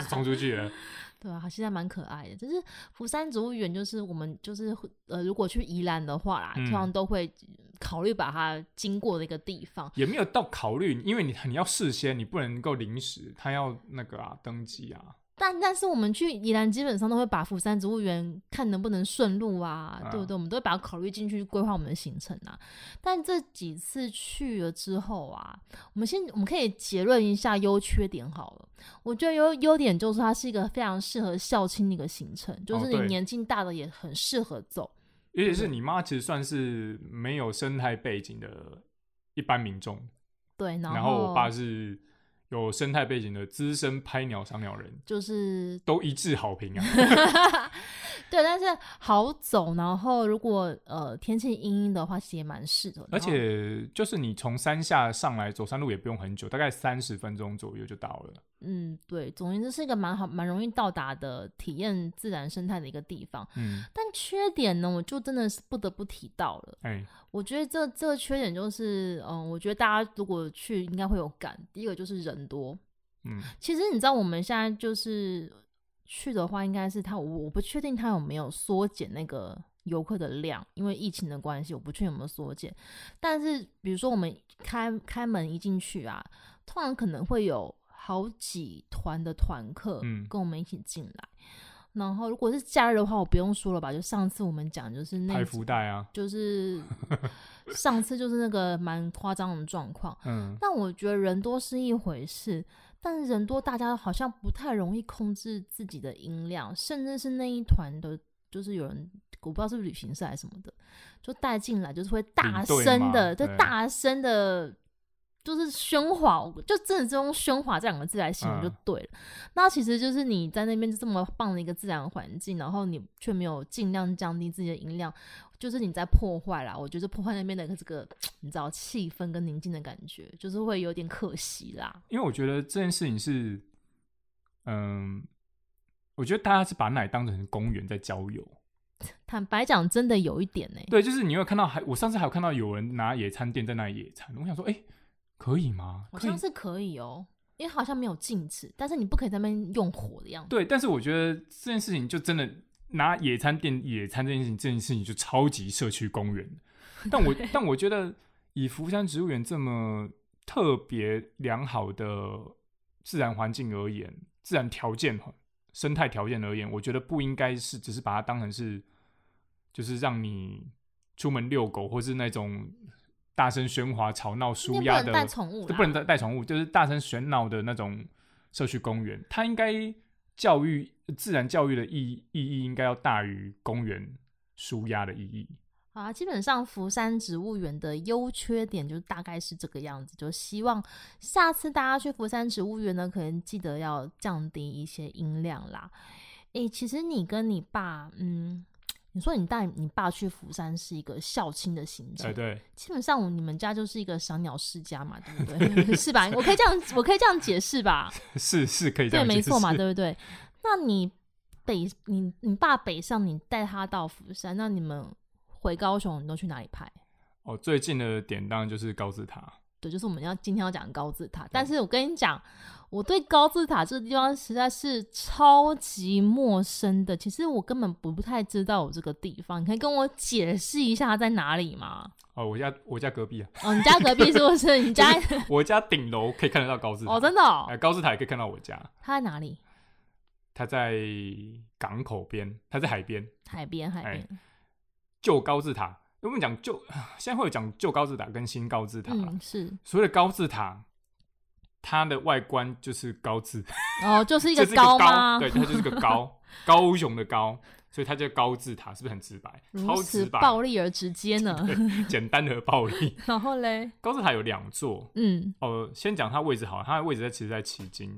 S2: 冲出去了。
S1: 对啊，现在蛮可爱的。就是釜山植物园，就是我们就是会呃，如果去宜兰的话啦，
S2: 嗯
S1: 通常都会考虑把它经过的一个地方。
S2: 也没有到考虑，因为你你要事先，你不能够临时，他要那个啊登记啊，
S1: 但但是我们去宜兰，基本上都会把釜山植物园看能不能顺路啊，
S2: 啊
S1: 对不对？我们都会把它考虑进去，规划我们的行程啊。但这几次去了之后啊，我们先我们可以结论一下优缺点好了。我觉得优优点就是它是一个非常适合校庆的一个行程，就是你
S2: 哦对
S1: 年纪大的也很适合走。
S2: 尤其是你妈其实算是没有生态背景的一般民众，
S1: 对，然后
S2: 然后我爸是有生态背景的资深拍鸟赏鸟人，
S1: 就是
S2: 都一致好评啊。
S1: 对，但是好走，然后如果呃天气阴阴的话，其实也蛮适合的。
S2: 而且就是你从山下上来走山路也不用很久，大概三十分钟左右就到了。
S1: 嗯，对，总而言之是一个蛮好、蛮容易到达的体验自然生态的一个地方。
S2: 嗯，
S1: 但缺点呢，我就真的是不得不提到了。
S2: 哎、
S1: 我觉得这这个缺点就是，嗯，我觉得大家如果去应该会有感。第一个就是人多，
S2: 嗯，
S1: 其实你知道我们现在就是去的话，应该是他，我我不确定他有没有缩减那个游客的量，因为疫情的关系，我不确定有没有缩减。但是比如说我们开开门一进去啊，通常可能会有好几团的团客
S2: 嗯
S1: 跟我们一起进来。然后，如果是假日的话，我不用说了吧？就上次我们讲，就是那
S2: 拍福袋啊，
S1: 就是上次就是那个蛮夸张的状况。
S2: 嗯，
S1: 但我觉得人多是一回事，但人多大家好像不太容易控制自己的音量，甚至是那一团的，就是有人我不知道是不是旅行社还是什么的，就带进来就是会大
S2: 领队
S1: 声
S2: 嘛
S1: 的，就
S2: 对
S1: 大声的。就是喧哗，我就真的是用喧哗这两个字来形容就
S2: 嗯
S1: 对了。那其实就是你在那边就这么棒的一个自然环境，然后你却没有尽量降低自己的音量，就是你在破坏啦。我觉得破坏那边的这个你知道气氛跟宁静的感觉，就是会有点可惜啦。
S2: 因为我觉得这件事情是嗯，我觉得大家是把那里当成公园在郊游。
S1: 坦白讲，真的有一点欸呢、
S2: 对，就是你会看到还，我上次还有看到有人拿野餐垫在那里野餐，我想说，哎、可以吗？
S1: 好
S2: 可以
S1: 像。是可以哦、因为好像没有禁止，但是你不可以在那边用火的样子。
S2: 对，但是我觉得这件事情就真的拿野餐垫野餐这件事情，这件事情就超级社区公园。但我但我觉得以福山植物园这么特别良好的自然环境而言，自然条件、生态条件而言，我觉得不应该是只是把它当成是就是让你出门遛狗，或是那种大声喧哗、吵闹、
S1: 今
S2: 舒
S1: 天
S2: 压
S1: 不
S2: 的
S1: 能带宠物
S2: 就
S1: 啦，
S2: 不能带带宠物，就是大声喧闹的那种社区公园，它应该教育自然教育的意义意义应该要大于公园舒压的意义。
S1: 好啊，基本上福山植物园的优缺点就大概是这个样子，就希望下次大家去福山植物园呢，可能记得要降低一些音量啦。诶、其实你跟你爸，嗯，你说你带你爸去福山是一个孝亲的行
S2: 哎、
S1: 程，
S2: 对，
S1: 基本上我你们家就是一个赏鸟世家嘛，对不对？是 吧？我可以这样，我可以这样解释吧？
S2: 是是可以这
S1: 对，
S2: 样
S1: 没
S2: 解释
S1: 错嘛，对不对？那你北，你你爸北上，你带他到福山，那你们回高雄，你都去哪里拍？
S2: 哦，最近的点当然就是高字塔，
S1: 对，就是我们要今天要讲高字塔。但是我跟你讲，我对高字塔这个地方实在是超级陌生的。其实我根本不太知道有这个地方，你可以跟我解释一下它在哪里吗？
S2: 哦，我家我家隔壁啊，
S1: 哦，你家隔壁是不是？你 家
S2: 我家顶楼可以看得到高字塔，
S1: 哦，真的、哦
S2: 哎、，高字塔也可以看到我家，
S1: 它在哪里？
S2: 它在港口边，它在海边，
S1: 海边，海
S2: 哎
S1: 边。
S2: 旧高字塔。我们讲旧，现在会有讲旧高字塔跟新高字塔啦，
S1: 嗯，是
S2: 所谓的高字塔，它的外观就是高字，
S1: 哦，就是一
S2: 就
S1: 个
S2: 是一个
S1: 高
S2: 高，
S1: 吗？
S2: 对，它就是个 高，高雄的高，所以它叫高字塔，是不是很直白？
S1: 如
S2: 超
S1: 此
S2: 直白，
S1: 暴力而直接呢？
S2: 简单而暴力。
S1: 然后嘞，
S2: 高字塔有两座，
S1: 嗯，
S2: 哦、先讲它位置好了，它的位置在其实在旗津，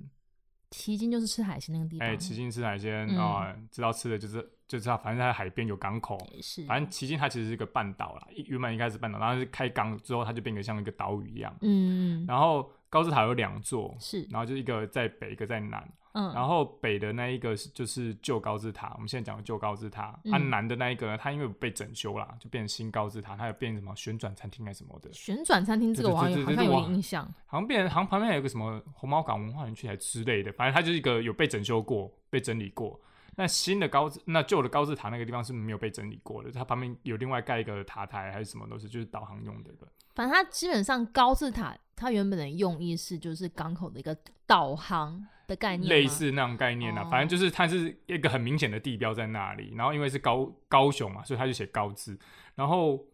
S1: 旗津就是吃海鲜那个地
S2: 哎、
S1: 方，
S2: 旗津吃海鲜
S1: 嗯
S2: 啊、知道吃的就是就是它，反正它海边有港口。
S1: 是，
S2: 反正旗津它其实是一个半岛啦，一原本应该是半岛，然后是开港之后，它就变得像一个岛屿一样。
S1: 嗯，嗯
S2: 然后高字塔有两座，
S1: 是，
S2: 然后就一个在北，一个在南。
S1: 嗯，
S2: 然后北的那一个是就是旧高字塔，我们现在讲的旧高字塔。
S1: 嗯
S2: 啊，南的那一个呢，它因为被整修啦，就变成新高字塔，它有变什么旋转餐厅还是什么的，
S1: 旋转餐厅这个
S2: 对对
S1: 我好
S2: 对
S1: 像
S2: 对
S1: 好
S2: 对
S1: 像
S2: 对
S1: 有
S2: 哇
S1: 点印象，
S2: 好像变成好像旁边有个什么红毛港文化园区还之类的，反正它就是一个有被整修过、被整理过。那新的高字，那旧的高字塔那个地方是没有被整理过的，它旁边有另外盖一个塔台还是什么都是，就是导航用的的。
S1: 反正它基本上高字塔它原本的用意是就是港口的一个导航的概念，
S2: 类，似那种概念啊，
S1: 哦
S2: 反正就是它是一个很明显的地标在那里，然后因为是高高雄嘛，所以他就写高字。然后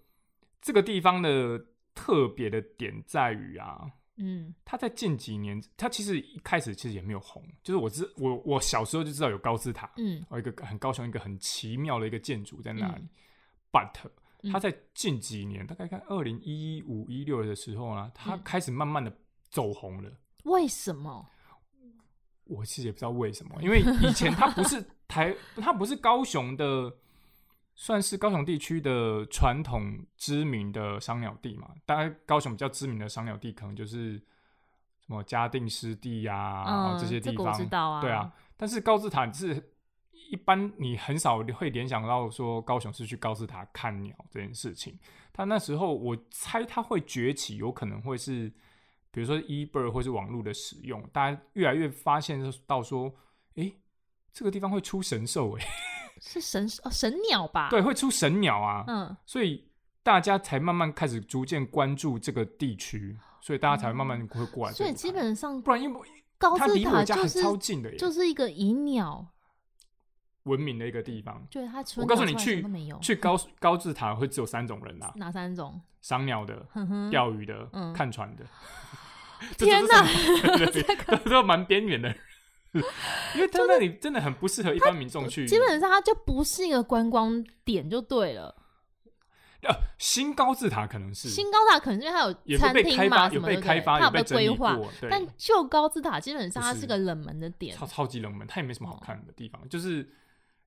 S2: 这个地方的特别的点在于啊，
S1: 嗯，
S2: 它在近几年，它其实一开始其实也没有红，就是我知我我小时候就知道有高字塔，
S1: 嗯
S2: 哦有一个很高雄一个很奇妙的一个建筑在那里、
S1: 嗯
S2: b u t
S1: 嗯
S2: 它在近几年，大概看二零一五一六的时候呢，它
S1: 嗯
S2: 开始慢慢的走红了。
S1: 为什么？
S2: 我其实也不知道为什么，因为以前它不是台，它不是高雄的，算是高雄地区的传统知名的赏鸟地嘛。当然，高雄比较知名的赏鸟地可能就是什么嘉定湿地呀、然后
S1: 嗯，
S2: 哦这些地
S1: 个我
S2: 方。
S1: 知道啊，
S2: 对啊，，但是高字塔是一般你很少会联想到说高雄是去高字塔看鸟这件事情。它那时候我猜它会崛起，有可能会是比如说 eBird 或是网络的使用，大家越来越发现到说，诶、这个地方会出神兽诶、
S1: 是神哦神鸟吧？，
S2: 对，会出神鸟啊，
S1: 嗯，
S2: 所以大家才慢慢开始逐渐关注这个地区，所以大家才慢慢会过来
S1: 哦
S2: 这
S1: 所
S2: 里
S1: 以
S2: 拍。
S1: 基本上
S2: 不然因为
S1: 高
S2: 它
S1: 字
S2: 离我
S1: 塔
S2: 家
S1: 就
S2: 很
S1: 是
S2: 超近的耶，
S1: 就是一个以鸟，
S2: 文明的一个地方。
S1: 就是它除了
S2: 我告诉
S1: 鸟
S2: 你
S1: 之外什么都没有，
S2: 去高高字塔会只有三种人啊，
S1: 哪三种？
S2: 赏鸟的、
S1: 哼哼，
S2: 钓鱼的、
S1: 嗯
S2: 看 船的。
S1: 天哪
S2: 哪， 都都蛮边缘的人，因为他那里真的很不适合一般民众去。
S1: 基本上它就不是一个观光点就对了。
S2: 呃，新高字塔可能是
S1: 新高塔可能是因为它
S2: 也
S1: 有
S2: 不
S1: 餐
S2: 被开
S1: 厅嘛
S2: 发，
S1: 什
S2: 有
S1: 么的，
S2: 被
S1: 对
S2: 开
S1: 不对
S2: 发，
S1: 它
S2: 有
S1: 有
S2: 被
S1: 被
S2: 整
S1: 规
S2: 理
S1: 划。
S2: 过，对，
S1: 但旧高字塔基本上它
S2: 不是
S1: 是个冷门的点
S2: 超，超级冷门，它也没
S1: 哦
S2: 什么好看的地方，就是。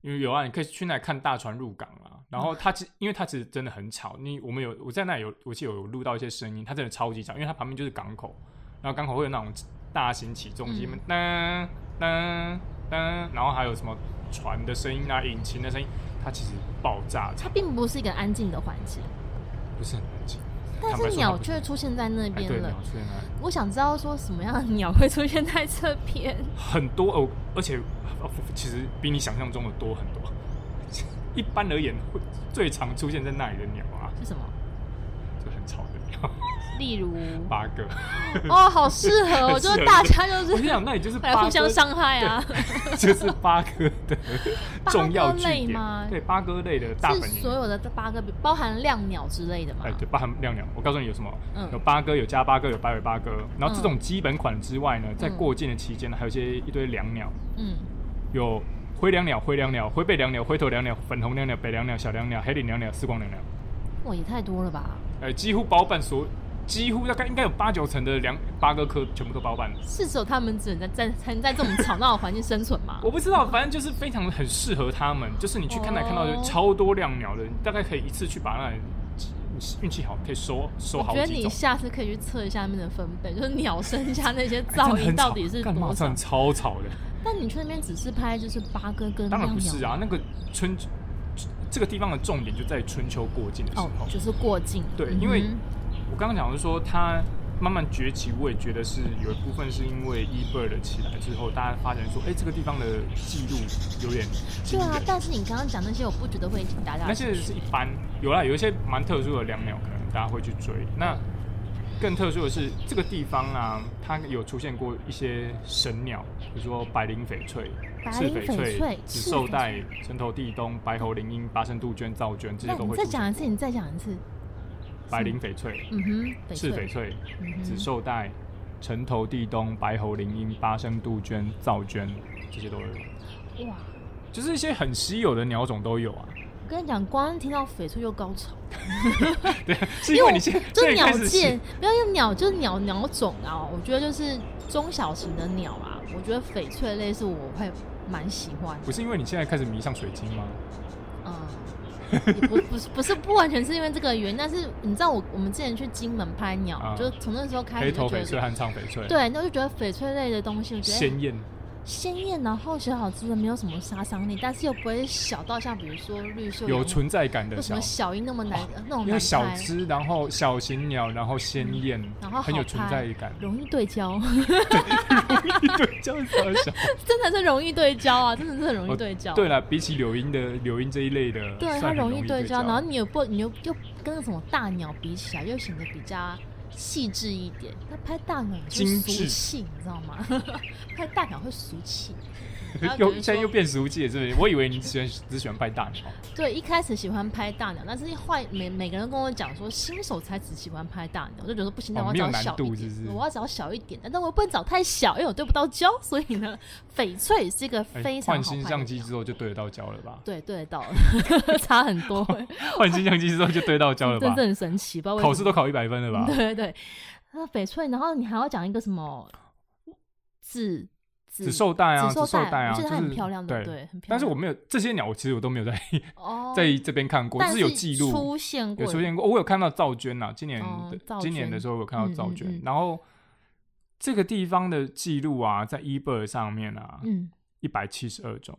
S2: 因为有啊，你可以去那里看大船入港啊。然
S1: 嗯
S2: 后它其因为它其实真的很吵，你我们有我在那里有，我记得有录到一些声音，它真的超级吵，因为它旁边就是港口，然后港口会有那种大型起重机，
S1: 嗯
S2: 那、噔噔，然后还有什么船的声音啊、引擎的声音，它其实爆炸
S1: 它并不是一个安静的环境，
S2: 不是很安静。
S1: 但
S2: 坦白
S1: 是
S2: 说
S1: 鸟
S2: 它不是
S1: 却出现在那
S2: 哎
S1: 边
S2: 对
S1: 了
S2: 鸟。出现在
S1: 我想知道说什么样的鸟会出现在这边，
S2: 很多哦，而且哦其实比你想象中的多 很多。一般而言，会最常出现在那里的鸟啊，
S1: 是什么？
S2: 就很吵的鸟，
S1: 例如，
S2: 八个。
S1: 哦，好适合哦，
S2: 很适
S1: 就
S2: 合
S1: 是大家就
S2: 我跟你
S1: 是
S2: 讲，那里就 是
S1: 来
S2: 八
S1: 互相
S2: 哥
S1: 伤害啊。
S2: 就是八哥的
S1: 八
S2: 重要
S1: 哥
S2: 据
S1: 类
S2: 点
S1: 吗
S2: 对，八哥类的大本
S1: 是
S2: 营
S1: 所。有的八哥，包含亮鸟之类的嘛
S2: 哎，？对，包含亮鸟。我告诉你有什么，
S1: 嗯
S2: 有八哥，有加八哥，有白尾八哥。然后这种基本款之外呢，在
S1: 嗯
S2: 过境的期间呢，还有一些一堆椋鸟，
S1: 嗯，
S2: 有灰椋鸟、灰椋鸟、灰背椋鸟、灰头椋鸟、粉红椋鸟、北椋鸟、小椋鸟、黑领椋鸟、四光椋鸟。
S1: 哇，也太多了吧？
S2: 呃，几乎包办所，几乎大概应该有八九成的两八个科全部都包办了。
S1: 是只有他们只能在在才能在这种吵闹的环境生存吗？
S2: 我不知道，反正就是非常很适合他们，就是你去看台看到
S1: 哦
S2: 有超多亮鸟的，你大概可以一次去把那里你运气好可以收收
S1: 我
S2: 好
S1: 觉得
S2: 几
S1: 你
S2: 种。
S1: 下次可以去测一下那边的分贝，就是鸟声加那些
S2: 哎真
S1: 噪
S2: 的
S1: 音
S2: 很
S1: 到
S2: 吵
S1: 底是
S2: 干嘛？
S1: 多
S2: 真
S1: 少
S2: 的。超吵的，
S1: 但你去那边只是拍就是八哥跟
S2: 当然
S1: 亮
S2: 不
S1: 鸟
S2: 是啊，那个春这个地方的重点就在春秋过境的时候
S1: 哦。，就是过境。
S2: 对
S1: 嗯哼
S2: 因为我刚刚讲的是说它慢慢崛起，我也觉得是有一部分是因为 eBird 起来之后，大家发现说，哎、这个地方的记录有点惊
S1: 对
S2: 人
S1: 啊，。但是你刚刚讲那些，我不觉得会引起大家
S2: 那些是一般有啦，有一些蛮特殊的良鸟，可能大家会去追。那更特殊的是，这个地方啊，它有出现过一些神鸟，比如说白鳞翡翠、
S1: 白
S2: 赤
S1: 翡翠
S2: 翠、
S1: 赤
S2: 紫绶
S1: 翡
S2: 带、神头地东、白喉铃鹰、八声杜鹃、噪鹃，这
S1: 那
S2: 些都
S1: 你
S2: 会
S1: 再
S2: 出现
S1: 讲一次，你再讲一次。
S2: 白鳞翡翠、
S1: 嗯哼，翡
S2: 赤
S1: 翠
S2: 翡翠、
S1: 嗯哼
S2: 紫绶带、城头地东、白喉铃鹰、八声杜鹃、噪鹃，这些都有，
S1: 哇，
S2: 就是一些很稀有的鸟种都有啊。
S1: 我跟你讲，光听到翡翠就高潮，
S2: 对，是因为
S1: 我
S2: 你现
S1: 就
S2: 现
S1: 是
S2: 在
S1: 鸟
S2: 开始
S1: 界，没有因为鸟就是鸟鸟种啊，我觉得就是中小型的鸟啊，我觉得翡翠类是我会蛮喜欢
S2: 不
S1: 的，
S2: 是因为你现在开始迷上水晶吗？
S1: 嗯。也不不是不是不完全是因为这个原因，但是你知道我我们之前去金门拍鸟，
S2: 啊
S1: 就从那时候开
S2: 黑
S1: 始
S2: 头
S1: 就觉
S2: 翡
S1: 得
S2: 翠、和唱翡翠，，
S1: 对，那我就觉得翡翠类的东西，我觉得
S2: 鲜艳，
S1: 鲜艳，啊然后小小只的，没有什么杀伤力，但是又不会小到像比如说绿袖
S2: 有
S1: 羊
S2: 存在感的
S1: 为什
S2: 小哦
S1: 么，小鹰那么难、那种
S2: 因为
S1: 难
S2: 小
S1: 拍，
S2: 只，然后小型鸟，然后鲜艳，
S1: 嗯然后
S2: 很有
S1: 好
S2: 存
S1: 拍，
S2: 在感
S1: 容易对焦，
S2: 对，这样子小。
S1: 真的是容易对焦啊，真的是很容易
S2: 哦
S1: 对焦。
S2: 对了，比起柳莺的柳莺这一类的，
S1: 对，它
S2: 算很容
S1: 易
S2: 对
S1: 焦，然后你又不，你又又跟那什么大鸟比起来，又显得比较细致一点。那拍大鸟就
S2: 精
S1: 俗
S2: 致。
S1: 气，你知道吗？ 拍大鸟会俗气然后
S2: 又
S1: 比如
S2: 现在
S1: 说
S2: 又变熟记了，是不是？我以为你喜欢只喜欢拍大鸟，
S1: 对，一开始喜欢拍大鸟，但是坏每每个人跟我讲说，新手才只喜欢拍大鸟，我就觉得不行，那
S2: 哦
S1: 我
S2: 没有
S1: 要找
S2: 难
S1: 小
S2: 度
S1: 一点，
S2: 是不是
S1: 我要找小一点的，但我又不能找太小，因为我对不到焦，所以呢，翡翠是一个
S2: 哎
S1: 非常
S2: 换
S1: 好拍
S2: 新
S1: 的
S2: 相机
S1: 鸟
S2: 之后就对得到焦了 吧？
S1: 对对得到了， 差很多，
S2: 换新相机之后就对到焦哦了
S1: 真
S2: 吧
S1: 的？很神奇，不知道为什
S2: 考
S1: 么
S2: 试都考一百分了吧？
S1: 对对对，那翡翠，然后你还要讲一个什么紫紫
S2: 紫绶带啊，
S1: 紫
S2: 紫
S1: 绶
S2: 绶带啊，
S1: 我记
S2: 就
S1: 得
S2: 是
S1: 它很漂亮，对不
S2: 对。
S1: 对？很漂亮。
S2: 但是我没有这些鸟，其实我都没有在
S1: 哦，
S2: 在这边看过，
S1: 但
S2: 就是是有记录，
S1: 出现过
S2: 有
S1: 的，
S2: 出现过，我有看到赵娟呐，今年
S1: 哦
S2: 的、
S1: 赵
S2: 今年
S1: 娟
S2: 的时候有看到
S1: 嗯
S2: 赵
S1: 嗯
S2: 娟，
S1: 嗯
S2: 然后这个地方的记录啊，在 eBird 上面啊，
S1: 嗯，
S2: 一百七十二种，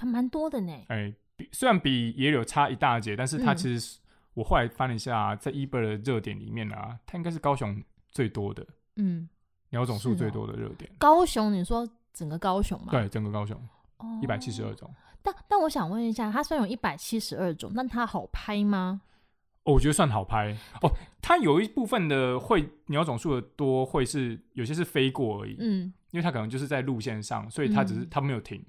S1: 还蛮多的呢。
S2: 哎、比虽然比野柳差一大截，但是它
S1: 嗯
S2: 其实是、我后来翻了一下啊、在 eBird 的热点里面啊，它应该是高雄最多的
S1: 嗯，
S2: 鸟种数
S1: 是
S2: 最
S1: 哦
S2: 多的热点，
S1: 高雄，你说整个高雄嘛？，
S2: 对，整个高雄一百七十二
S1: 哦。
S2: 种。
S1: 但但我想问一下，它虽然有一百七十二种，但它好拍吗？
S2: 哦，我觉得算好拍哦。它有一部分的会鸟种数的多，会是有些是飞过而已，
S1: 嗯，
S2: 因为它可能就是在路线上，所以它只是
S1: 嗯
S2: 它没有停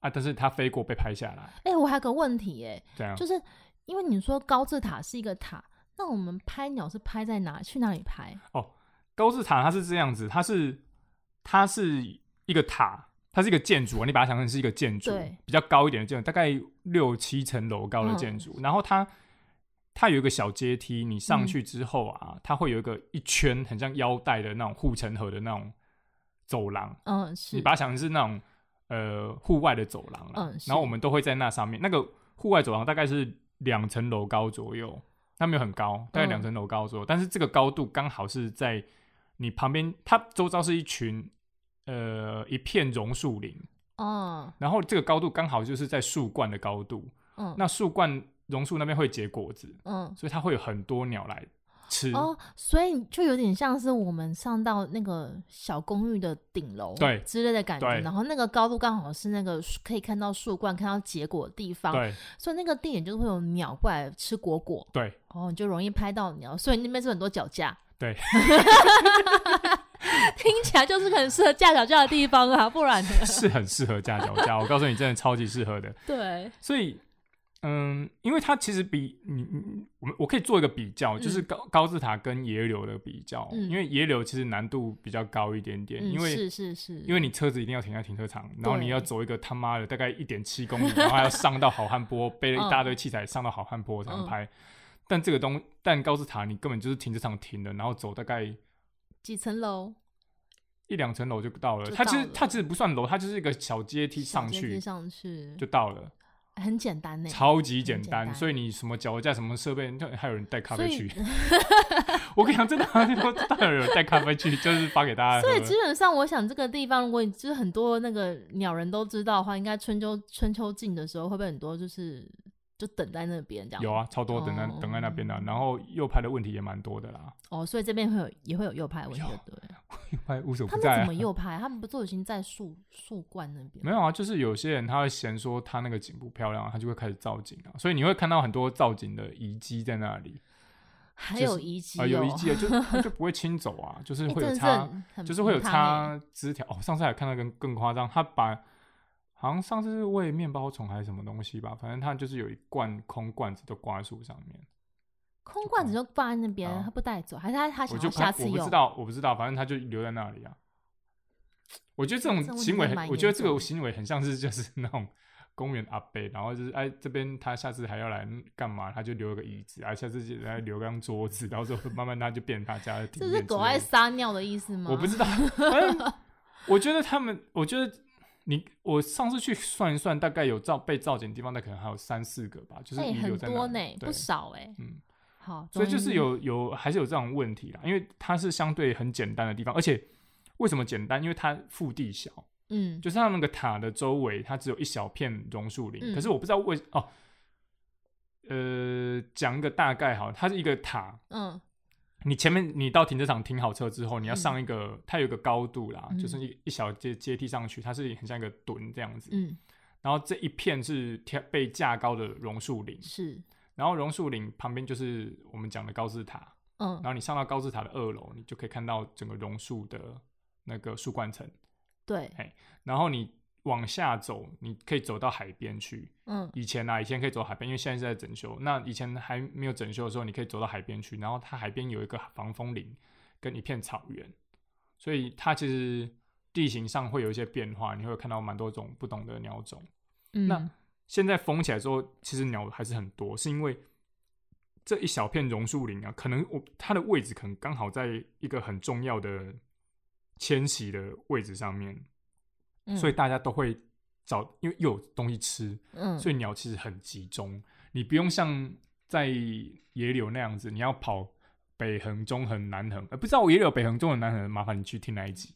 S2: 啊，但是它飞过被拍下来，
S1: 哎、我还有个问题、哎，
S2: 这样
S1: 就是因为你说高字塔是一个塔，那我们拍鸟是拍在哪？去哪里拍？
S2: 高字塔它是这样子，它是它是一个塔，它是一个建筑啊，你把它想成是一个建筑
S1: 对，
S2: 比较高一点的建筑，大概六七层楼高的建筑，然后它。它有一个小阶梯，你上去之后啊，它会有一个一圈很像腰带的那种护城河的那种走廊，
S1: 嗯，是。
S2: 你把它想成是那种呃户外的走廊啦，
S1: 嗯是
S2: 然后我们都会在那上面。那个户外走廊大概是两层楼高左右，它没有很高，大
S1: 嗯
S2: 概两层楼高左右。但是这个高度刚好是在你旁边，它周遭是一群呃一片榕树林，
S1: 嗯
S2: 然后这个高度刚好就是在树冠的高度，
S1: 嗯
S2: 那树冠榕树那边会结果子，
S1: 嗯。
S2: 所以它会有很多鸟来吃。
S1: 哦，所以就有点像是我们上到那个小公寓的顶楼
S2: 对
S1: 之类的感觉，
S2: 对
S1: 然后那个高度刚好是那个树可以看到树冠、看到结果的地方，
S2: 对
S1: 所以那个地点就是会有鸟过来吃果果，
S2: 对，
S1: 哦，你就容易拍到鸟，所以那边是很多脚架。
S2: 对，
S1: 听起来就是很适合架脚架的地方啊，不 然呢？
S2: 是很适合架脚架。我告诉你，真的超级适合的。
S1: 对，
S2: 所以，嗯，因为它其实比你，你我们我可以做一个比较，就是高高字塔跟野柳的比较，
S1: 嗯
S2: 因为野柳其实难度比较高一点点，
S1: 嗯，
S2: 因为。
S1: 是是是，
S2: 因为你车子一定要停在停车场，然后
S1: 对
S2: 你要走一个他妈的大概一点七公里，然后还要上到好汉坡，背了一
S1: 嗯
S2: 大堆器材上到好汉坡才能拍。但这个东，但高字塔你根本就是停车场停了，然后走大概
S1: 几层楼
S2: 一两层楼就到了。
S1: 就
S2: 它其
S1: 到
S2: 实
S1: 了
S2: 它其实不算楼，它就是一个小阶梯上
S1: 小阶梯
S2: 去
S1: 上去
S2: 就到了。
S1: 很简单呢。
S2: 超级简
S1: 很简
S2: 单，
S1: 单
S2: 所以你什么脚架、什么设备，就还有人带咖
S1: 所
S2: 啡
S1: 以
S2: 去。我跟你讲，真的啊，当然有人带咖啡去，就是发给大家喝
S1: 所。以基本上，我想这个地方，如果你就是很多那个鸟人都知道的话，应该春秋春秋季的时候，会不会很多就是就等在那边这样？
S2: 有啊，超多等在、
S1: 哦
S2: 等在那边的、啊然后右派的问题也蛮多的啦，
S1: 哦，所以这边会有也会有右派问题
S2: 有，
S1: 对不对？
S2: 右派无所
S1: 他们
S2: 不在、
S1: 怎
S2: 啊
S1: 么。右派？他们不都已经在树树冠那边？
S2: 没有啊，就是有些人他会嫌说他那个景不漂亮啊，他就会开始造景啊，所以你会看到很多造景的遗迹在那里
S1: 还
S2: 就
S1: 有
S2: 是
S1: 遗迹
S2: 啊、
S1: 哦，
S2: 有遗迹啊，就他就不会清走啊，就是
S1: 哎真
S2: 会有
S1: 的是
S2: 差。
S1: 很很
S2: 就是会有
S1: 很胖欸
S2: 插枝条。哦，上次还看到更更夸张，他把好像上次是喂面包虫还是什么东西吧，反正他就是有一罐空罐子都挂在树上面。
S1: 空罐子就挂在那
S2: 啊
S1: 边，他不带走，还是他他
S2: 我
S1: 想
S2: 就
S1: 要下
S2: 看
S1: 次
S2: 我
S1: 用？
S2: 不知道，我不知道，反正他就留在那里啊。我觉得这
S1: 这种
S2: 种
S1: 问题
S2: 行为
S1: 真的
S2: 很，
S1: 蛮
S2: 我觉得
S1: 严
S2: 这
S1: 重
S2: 个
S1: 的
S2: 行为很像是就是那种公园阿伯，然后就是哎这边他下次还要来干嘛，他就留个椅子，哎下次就来留张桌子，然后之后慢慢他就变成他家的庭
S1: 这
S2: 院之
S1: 是
S2: 类的。
S1: 狗爱撒尿的意思吗？
S2: 我不知道，反 正我觉得他们，我觉得你，我上次去算一算，大概有造被造景的地方，那可能还有三四个吧，就是
S1: 哎、
S2: 遗留
S1: 很
S2: 在
S1: 多
S2: 那
S1: 呢
S2: 里。，对
S1: 不，少哎。
S2: 嗯，
S1: 好，
S2: 所以
S1: 总
S2: 就
S1: 而言之
S2: 是有有还是有这种问题啦，因为它是相对很简单的地方，而且为什么简单？因为它腹地小，
S1: 嗯，
S2: 就是它那个塔的周围，它只有一小片榕树林。
S1: 嗯
S2: 可是我不知道为哦，呃，讲一个大概好了，它是一个塔，
S1: 嗯
S2: 你前面你到停车场停好车之后，你要
S1: 嗯
S2: 上一个，它有一个高度啦，
S1: 嗯
S2: 就是一一小阶阶梯上去，它是很像一个墩这样子。
S1: 嗯
S2: 然后这一片是天被架高的榕树林，
S1: 是
S2: 然后榕树林旁边就是我们讲的高字塔，
S1: 嗯
S2: 然后你上到高字塔的二楼，你就可以看到整个榕树的那个树冠层，
S1: 对
S2: 哎然后你。往下走，你可以走到海边去。
S1: 嗯
S2: 以前啊，以前可以走海边，因为现在是在整修。那以前还没有整修的时候，你可以走到海边去。然后它海边有一个防风林跟一片草原，所以它其实地形上会有一些变化，你会看到蛮多种不同的鸟种。
S1: 嗯
S2: 那现在封起来之后，其实鸟还是很多，是因为这一小片榕树林啊，可能我它的位置可能刚好在一个很重要的迁徙的位置上面，
S1: 嗯
S2: 所以大家都会找，因为又有东西吃，
S1: 嗯
S2: 所以鸟其实很集中，你不用像在野柳那样子，你要跑北横、中横、南横。呃，不知道野柳北横、中横、南横，麻烦你去听那一 集，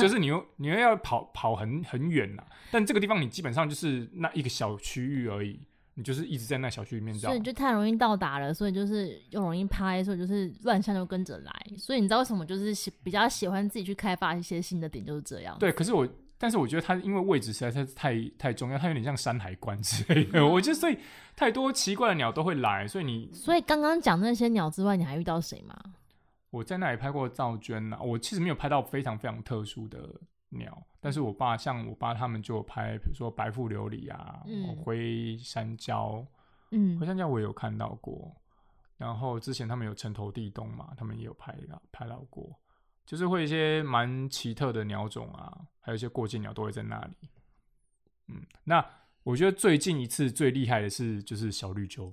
S2: 就是你又你又要跑跑很很远啦。但这个地方你基本上就是那一个小区域而已，你就是一直在那小区里面绕
S1: 所以。你就太容易到达了，所以就是又容易拍，所以就是乱象就跟着来。所以你知道为什么就是喜比较喜欢自己去开发一些新的点，就是这样。
S2: 对，可是我。但是我觉得它因为位置实在是太太重要，它有点像山海关之类
S1: 嗯
S2: 的。我觉得所以太多奇怪的鸟都会来，所以你
S1: 所以刚刚讲那些鸟之外，你还遇到谁吗？
S2: 我在那里拍过赵娟啊，我其实没有拍到非常非常特殊的鸟，但是我爸像我爸他们就有拍，比如说白腹琉璃啊，
S1: 嗯
S2: 灰山椒，
S1: 嗯
S2: 灰，山椒我也有看到过，然后之前他们有城头地洞嘛，他们也有拍到拍到过，就是会一些蛮奇特的鸟种啊，还有一些过境鸟都会在那里。嗯，那我觉得最近一次最厉害的是就是小绿鸠，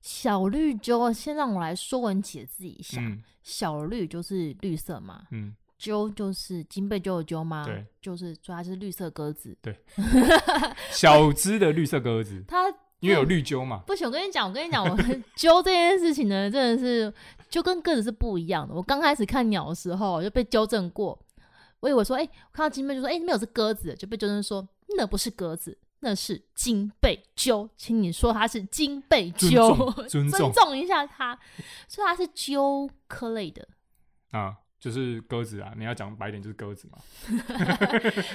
S1: 小绿鸠，先让我来说文解字一下。
S2: 嗯
S1: 小绿就是绿色嘛，
S2: 嗯，
S1: 鸠就是金背鸠的鸠吗？
S2: 对，
S1: 就是所以它是绿色鸽子。
S2: 小只的绿色鸽子，
S1: 它
S2: 因为有绿鸠嘛，
S1: 不行，我跟你讲，我跟你讲，我 揪这件事情呢，真的是就跟鸽子是不一样的。我刚开始看鸟的时候我就被纠正过，我以为说，哎、看到金贝就说，哎、那边有只鸽子，就被纠正说那不是鸽子，那是金贝鸠，请你说它是金贝
S2: 尊
S1: 鸠，
S2: 重尊重
S1: 尊一下它，所以它是鸠科类的，
S2: 啊，就是鸽子啊，你要讲白一点就是鸽子嘛。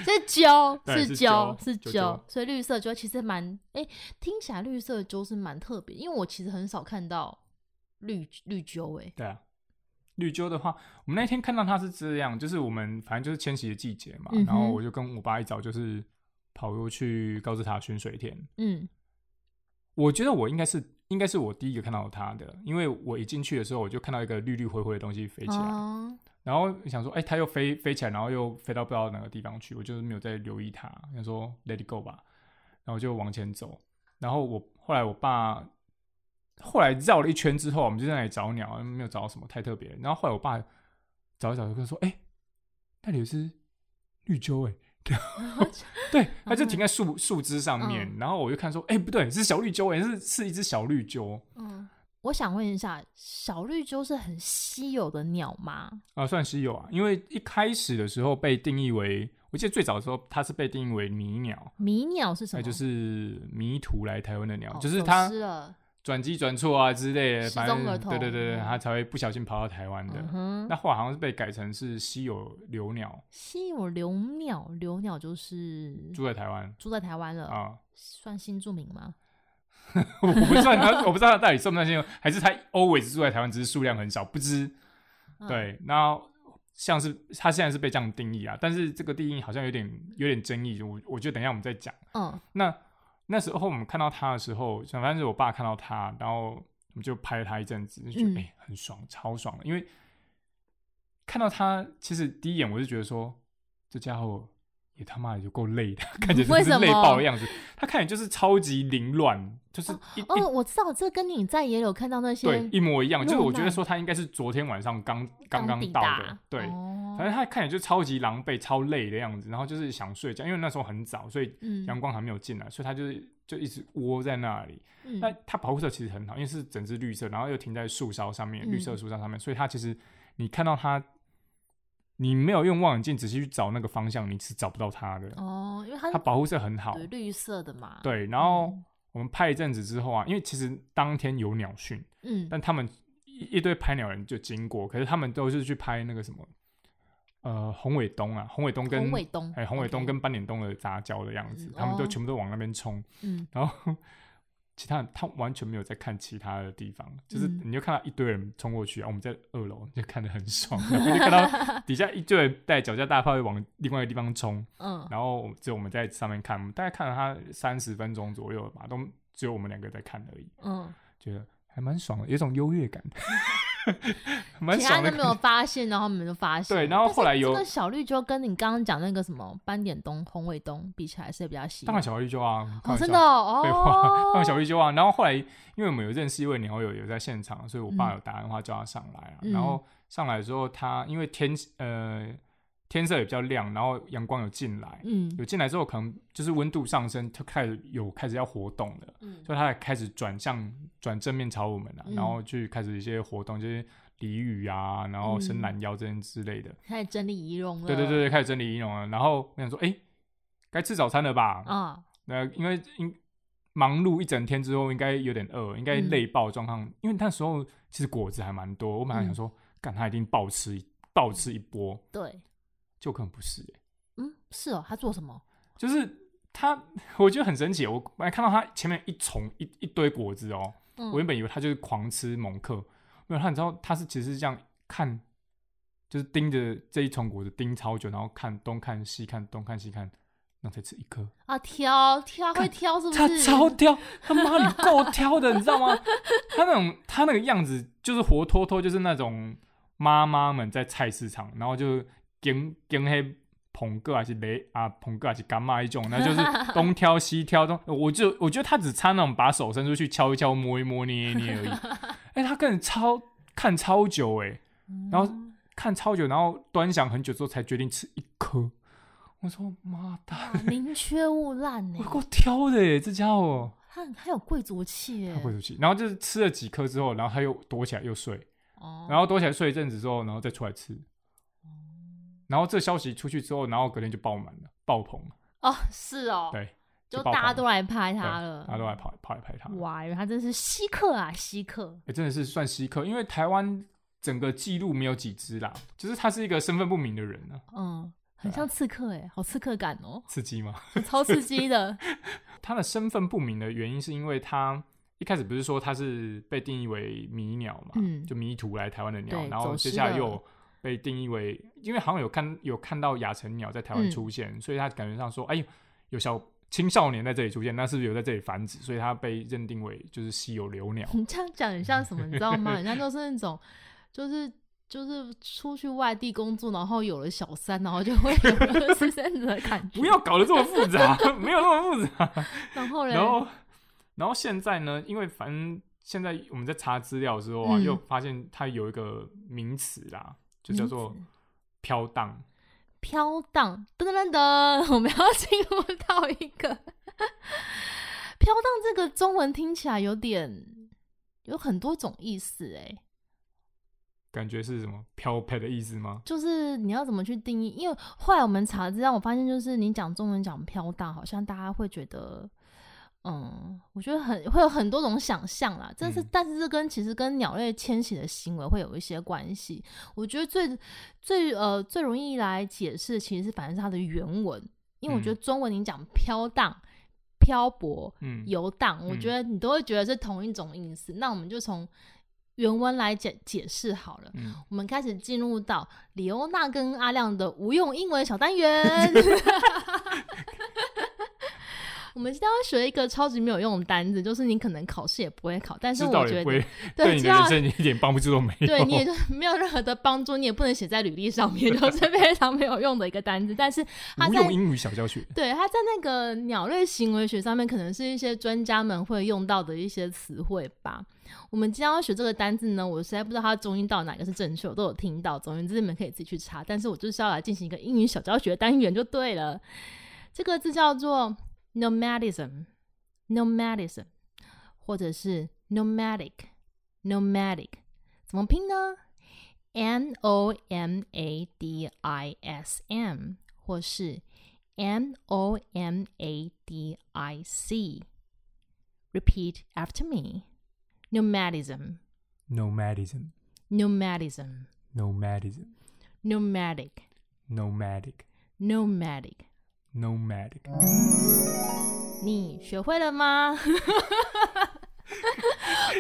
S1: 所以鸠
S2: 对
S1: 鸠
S2: 是鸠
S1: 是鸠
S2: 鸠鸠，
S1: 所以绿色鸠其实蛮，哎、听起来绿色的鸠是蛮特别，因为我其实很少看到绿绿鸠、诶
S2: 对啊，绿鸠的话，我们那天看到它是这样，就是我们反正就是迁徙的季节嘛，
S1: 嗯哼
S2: 然后我就跟我爸一早就是跑过去高志塔巡水田。
S1: 嗯
S2: 我觉得我应该是应该是我第一个看到它的，因为我一进去的时候我就看到一个绿绿灰灰的东西飞起来，
S1: 哦
S2: 然后想说，哎、它又飞飞起来，然后又飞到不知道哪个地方去，我就是没有再留意它，想说 let it go 吧，然后就往前走。然后我后来我爸后来绕了一圈之后，我们就在那里找鸟，没有找到什么太特别。然后后来我爸找一找，就跟我说，哎、那里有一只绿鸠、哎。对，它就停在树树枝上面，
S1: 嗯
S2: 然后我就看说，哎、不对，是小绿鸠、哎，是是一只小绿鸠
S1: 嗯，我想问一下，小绿鸠是很稀有的鸟吗？
S2: 啊、算稀有啊，因为一开始的时候被定义为，我记得最早的时候它是被定义为迷鸟，
S1: 迷鸟是什么？
S2: 那哎就是迷途来台湾的鸟，
S1: 哦
S2: 就是
S1: 走
S2: 它
S1: 失了，
S2: 转机转错啊之类的，
S1: 失
S2: 反
S1: 踪
S2: 正
S1: 儿
S2: 对对对，对
S1: 童
S2: 它才会不小心跑到台湾的。
S1: 嗯哼，
S2: 那后来好像是被改成是稀有留鸟，
S1: 稀有留鸟，留鸟就是
S2: 住在台湾
S1: 住在台湾了，
S2: 啊，
S1: 算新住民吗？
S2: 我不知道它，我不知道它到底算不算稀有，还是它 always 住在台湾，只是数量很少，不知。
S1: 嗯，
S2: 对，那像是它现在是被这样定义啊，但是这个定义好像有点有点争议，我我觉得等一下我们再讲。
S1: 嗯
S2: 那那时候我们看到他的时候，想反正是我爸看到他，然后我们就拍了他一阵子，就觉得哎、
S1: 嗯
S2: 诶很爽，超爽的。因为看到他，其实第一眼我就觉得说，这家伙也他妈的就够累的，看起来
S1: 为
S2: 就
S1: 什
S2: 是累
S1: 么
S2: 爆的样子。他看起来就是超级凌乱，就是一、
S1: 哦，我知道，这跟你在也有看到那
S2: 一对
S1: 些
S2: 一模一样。就是我
S1: 落
S2: 觉得
S1: 难
S2: 说他应该是昨天晚上刚刚刚
S1: 抵
S2: 到
S1: 达
S2: 的，对。
S1: 哦
S2: 反正他看起来就超级狼狈、超累的样子，然后就是想睡觉，因为那时候很早，所以
S1: 嗯
S2: 阳光还没有进来，所以它就是就一直窝在那里。
S1: 嗯
S2: 那它保护色其实很好，因为是整只绿色，然后又停在树梢上面，
S1: 嗯
S2: 绿色的树梢上面，所以它其实你看到它，你没有用望远镜仔细去找那个方向，你是找不到它的。
S1: 哦，因为它
S2: 它
S1: 是
S2: 保护色很好
S1: 对，嗯绿色的嘛，，
S2: 对。然后我们拍一阵子之后啊，因为其实当天有鸟讯，
S1: 嗯，
S2: 但他们一一堆拍鸟人就经过，可是他们都是去拍那个什么，呃，宏伟东啊，宏伟东跟
S1: 红尾东，
S2: 哎，宏伟东
S1: OK，
S2: 跟斑点东的杂交的样子
S1: 嗯，
S2: 他们都
S1: 哦
S2: 全部都往那边冲。
S1: 嗯
S2: 然后 其他人他完全没有在看其他的地方，就是
S1: 嗯
S2: 你就看到一堆人冲过去，然后我们在二楼就看得很爽，然后就 看到底下一堆人带脚架大炮往另外一个地方冲，
S1: 嗯，
S2: 然后只有我们在上面看，我们大概看了他三十分钟左右吧，都只有我们两个在看而已，
S1: 嗯，
S2: 觉得还蛮爽的，有一种优越 感， 蛮
S1: 其他人都没有
S2: 爽的感觉。
S1: 发现，然后我们就发现了。
S2: 对，然后
S1: 但是
S2: 后来有
S1: 这个小绿就跟你刚刚讲那个什么斑点东、红尾东比起来，谁比较稀有？
S2: 当然小绿鸠啊，
S1: 哦，
S2: 开玩
S1: 真
S2: 笑
S1: 的哦，
S2: 废话，
S1: 哦
S2: 放小绿鸠啊。然后后来，因为我们有认识一位鸟友有在现场，所以我爸
S1: 嗯
S2: 有打电话叫他上来啊。
S1: 嗯
S2: 然后上来之后，他因为天呃天色也比较亮，然后阳光有进来，
S1: 嗯
S2: 有进来之后可能就是温度上升，它开始有开始要活动了，
S1: 嗯
S2: 所以它才开始转向转正面朝我们了、
S1: 嗯
S2: 然后去开始一些活动，就是俚语啊，然后伸
S1: 嗯
S2: 懒腰这些之类的。
S1: 开始整理仪容了。
S2: 对对对，对，开始整理仪容了。然后我想说，哎、该吃早餐了吧？
S1: 啊，
S2: 那因为应忙碌一整天之后，应该有点饿，应该累爆的状况。因为那时候其实果子还蛮多，我本来想说，干、他一定暴吃一暴吃一波，
S1: 对，
S2: 就可能不是、欸，
S1: 嗯，是哦，他做什么？
S2: 就是他，我觉得很神奇。我本来看到他前面一丛一一堆果子哦、
S1: 嗯
S2: 我原本以为他就是狂吃猛克，没有他，你知道他是其实是这样看，就是盯着这一丛果子盯超久，然后看东看西看东看西看，然后才吃一颗。
S1: 啊，挑挑会挑是不
S2: 他
S1: 是？
S2: 超挑，他妈你够挑的，你知 道吗？他那种他那个样子，就是活脱脱就是那种妈妈们在菜市场，然后就 跟跟黑捧哥还是雷啊捧哥还是干妈一种，那就是东挑西挑东。我就我觉得他只差那种把手伸出去敲一敲、摸一摸、捏一 捏而已。哎、他跟人超看超久哎、
S1: 嗯，
S2: 然后看超久，然后端详很久之后才决定吃一颗。我说妈的，
S1: 哇宁缺毋滥呢
S2: 我，够挑的哎，这家伙。
S1: 他很他有贵族气耶
S2: 他。会出去，然后就是吃了几颗之后，然后他又躲起来又睡，
S1: 哦，
S2: 然后躲起来睡一阵子之后，然后再出来吃。然后这消息出去之后，然后隔天就爆满了，爆棚了，
S1: 哦，是哦，
S2: 对，
S1: 就
S2: 爆
S1: 大家
S2: 棚
S1: 都来拍他
S2: 对
S1: 了，
S2: 大家都来跑跑来拍他，
S1: 嗯哇，原来他真是稀客啊，稀客，
S2: 哎、真的是算稀客，因为台湾整个记录没有几只啦，就是他是一个身份不明的人呢、
S1: 嗯，很
S2: 对啊
S1: 像刺客哎、好刺客感哦、
S2: 刺激吗？
S1: 超刺激的，
S2: 他的身份不明的原因是因为他一开始不是说他是被定义为迷鸟嘛，
S1: 嗯
S2: 就迷途来台湾的鸟
S1: 对，
S2: 然后
S1: 走
S2: 接
S1: 失
S2: 下来
S1: 了
S2: 又被定义为，因为好像有看有看到亚成鸟在台湾
S1: 嗯
S2: 出现，所以他感觉上说，哎，有小青少年在这里出现，那是不是有在这里繁殖？所以他被认定为就是稀有 留鸟。
S1: 你这样讲很像什么，你知道吗？很像就是那种，就是。就是出去外地工作，然后有了小三，然后就会有了私生子的感觉。
S2: 不要搞得这么复杂， 没有那么复杂。
S1: 然后嘞，
S2: 然后，然后现在呢，因为反正现在我们在查资料之后啊，
S1: 嗯
S2: 又发现它有一个名词啦，就叫做
S1: 名
S2: 飘荡。
S1: 飘荡，噔噔噔噔，我们要进入到一个飘荡这个中文听起来有点有很多种意思哎、
S2: 感觉是什么飘飘的意思吗？
S1: 就是你要怎么去定义？因为后来我们查资料，我发现就是你讲中文讲飘荡，好像大家会觉得，嗯，我觉得很会有很多种想象啦。这是，
S2: 嗯
S1: 但是这跟其实跟鸟类迁徙的行为会有一些关系。我觉得最最呃最容易来解释，其实是反正是它的原文，因为我觉得中文你讲飘荡、漂泊、
S2: 嗯，
S1: 游荡，我
S2: 嗯
S1: 觉得你都会觉得是同一种意思。那我们就从原文来解解释好了。
S2: 嗯，
S1: 我们开始进入到李欧娜跟阿亮的无用英文小单元。 我们今天要学一个超级没有用的单字，就是你可能考试也不会考，但是
S2: 知道
S1: 我觉
S2: 也不
S1: 得
S2: 会对你
S1: 知
S2: 的人
S1: 道
S2: 生一点帮助都没有。
S1: 对你 也就没有任何的帮助，你也不能写在履历上面，就是非常没有用的一个单字。但是他
S2: 无
S1: 在
S2: 用英语小教学。
S1: 对，它在那个鸟类行为学上面，可能是一些专家们会用到的一些词汇吧。我们今天要学这个单字呢，我实在不知道它中音到哪个是正确，我都有听到。总而言之，你们可以自己去查，但是我就是要来进行一个英语小教学单元就对了。这个字叫做 nomadism，nomadism，或者是 nomadic，nomadic，怎么拼呢？N O M A D I S M，或是 N O M A D I C。Repeat after me. Nomadism,
S2: Nomadism,
S1: nomadism,
S2: nomadism,
S1: nomadic,
S2: nomadic,
S1: nomadic.
S2: nomadic。
S1: 你学会了吗？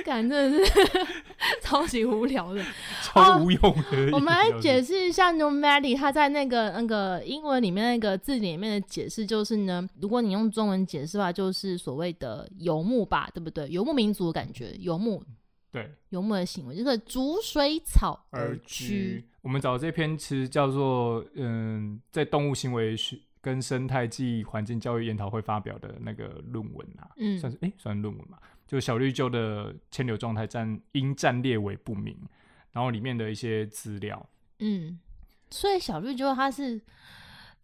S1: 感真的是 超级无聊的。
S2: 超无用的。
S1: 哦我们来解释一下 nomadic，它在那个那个英文里面那个字典里面的解释就是呢，如果你用中文解释的话，就是所谓的游牧吧，对不对？游牧民族的感觉，游牧
S2: 对
S1: 游牧的行为，就是逐水草
S2: 而
S1: 而
S2: 居
S1: 居。。
S2: 我们找这篇其实叫做嗯，在动物行为学跟生态暨环境教育研讨会发表的那个论文啊，
S1: 嗯
S2: 算是诶，算论文嘛，就小绿鸠的牵流状态战因战列为不明，然后里面的一些资料。
S1: 嗯，所以小绿鸠它是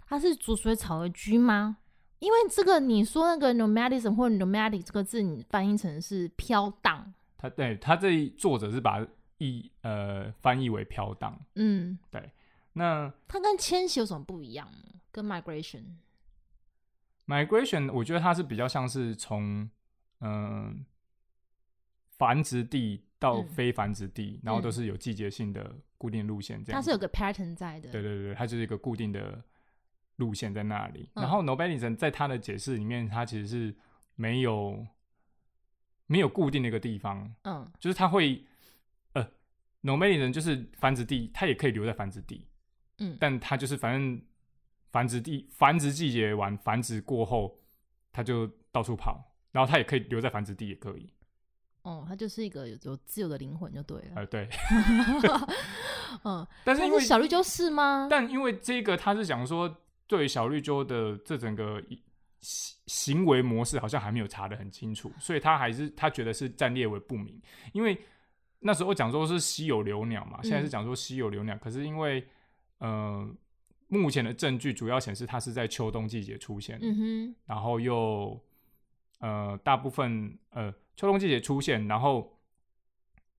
S1: 它是逐水草而居吗？因为这个你说那个 nomadism 或者 nomadic 这个字，你翻译成是飘荡。
S2: 他对他这一作者是把译呃翻译为飘荡。
S1: 嗯，
S2: 那
S1: 它跟迁徙有什么不一样呢？跟 migration？
S2: migration，我觉得它是比较像是从嗯、繁殖地到
S1: 嗯
S2: 非繁殖地，然后都
S1: 嗯
S2: 是有季节性的固定路线这样
S1: 它
S2: 子。
S1: 是有个 pattern 在的。
S2: 对对对，它就是一个固定的路线在那里。
S1: 嗯
S2: 然后 nomadism 在它的解释里面，它其实是没有没有固定的一个地方，
S1: 嗯
S2: 就是它会呃 nomadism 就是繁殖地，它也可以留在繁殖地，
S1: 嗯
S2: 但它就是反正繁殖地繁殖季节完，繁殖过后，它就到处跑，然后它也可以留在繁殖地，也可以。
S1: 哦，它就是一个有有自由的灵魂就对了。
S2: 呃，对，
S1: 嗯，
S2: 呃但是
S1: 但
S2: 因为
S1: 是小绿鸠是吗？
S2: 但因为这个，他是讲说对小绿洲的这整个一行行为模式好像还没有查得很清楚，所以他还是他觉得是战略为不明，因为那时候讲说是稀有留鸟嘛，现在是讲说稀有留鸟，可是因为呃目前的证据主要显示它是在秋冬季节出现，
S1: 嗯
S2: 然后又呃大部分呃秋冬季节出现，然后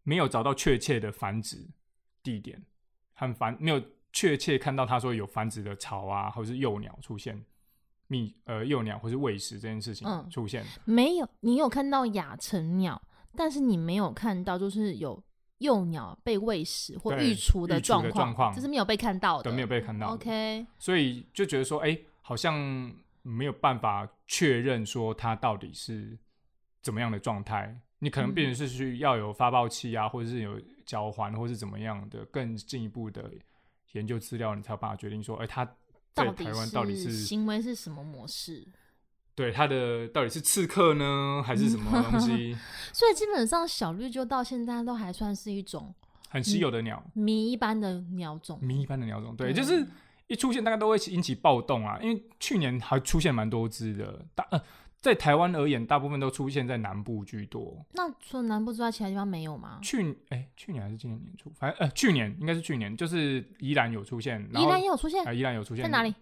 S2: 没有找到确切的繁殖地点和繁没有确切看到他说有繁殖的草啊，或是幼鸟出现，蜜呃幼鸟或是喂食这件事情
S1: 嗯
S2: 出现，
S1: 没有，你有看到亚成鸟，但是你没有看到就是有幼鸟被喂食或
S2: 对
S1: 育雏
S2: 育
S1: 的
S2: 雏的
S1: 状
S2: 状况
S1: 这是没有被看到
S2: 都
S1: 的，
S2: 没有被看到的
S1: OK，
S2: 所以就觉得说，哎、好像没有办法确认说它到底是怎么样的状态。你可能
S1: 嗯
S2: 变成是需要有发报器啊，或者是有交环，或是怎么样的更进一步的研究资料，你才有办法决定说，哎、它在
S1: 到底
S2: 台湾
S1: 是
S2: 到底是
S1: 行为是什么模式？
S2: 对它的到底是刺客呢，还是什么东西
S1: 所以基本上小绿就到现在都还算是一种
S2: 很稀有的鸟，
S1: 谜一般的鸟种。
S2: 谜一般的鸟种，对，
S1: 对
S2: 就是一出现大概都会引起暴动啊，因为去年还出现蛮多只的，大呃，在台湾而言，大部分都出现在南部居多。
S1: 那除了南部之外，其他地方没有吗？
S2: 去哎、去年还是今年年初，反正呃，去年应该是去年，就是宜兰有出现，然
S1: 宜
S2: 后
S1: 兰也有出现，
S2: 啊、宜兰有出现
S1: 在哪里？？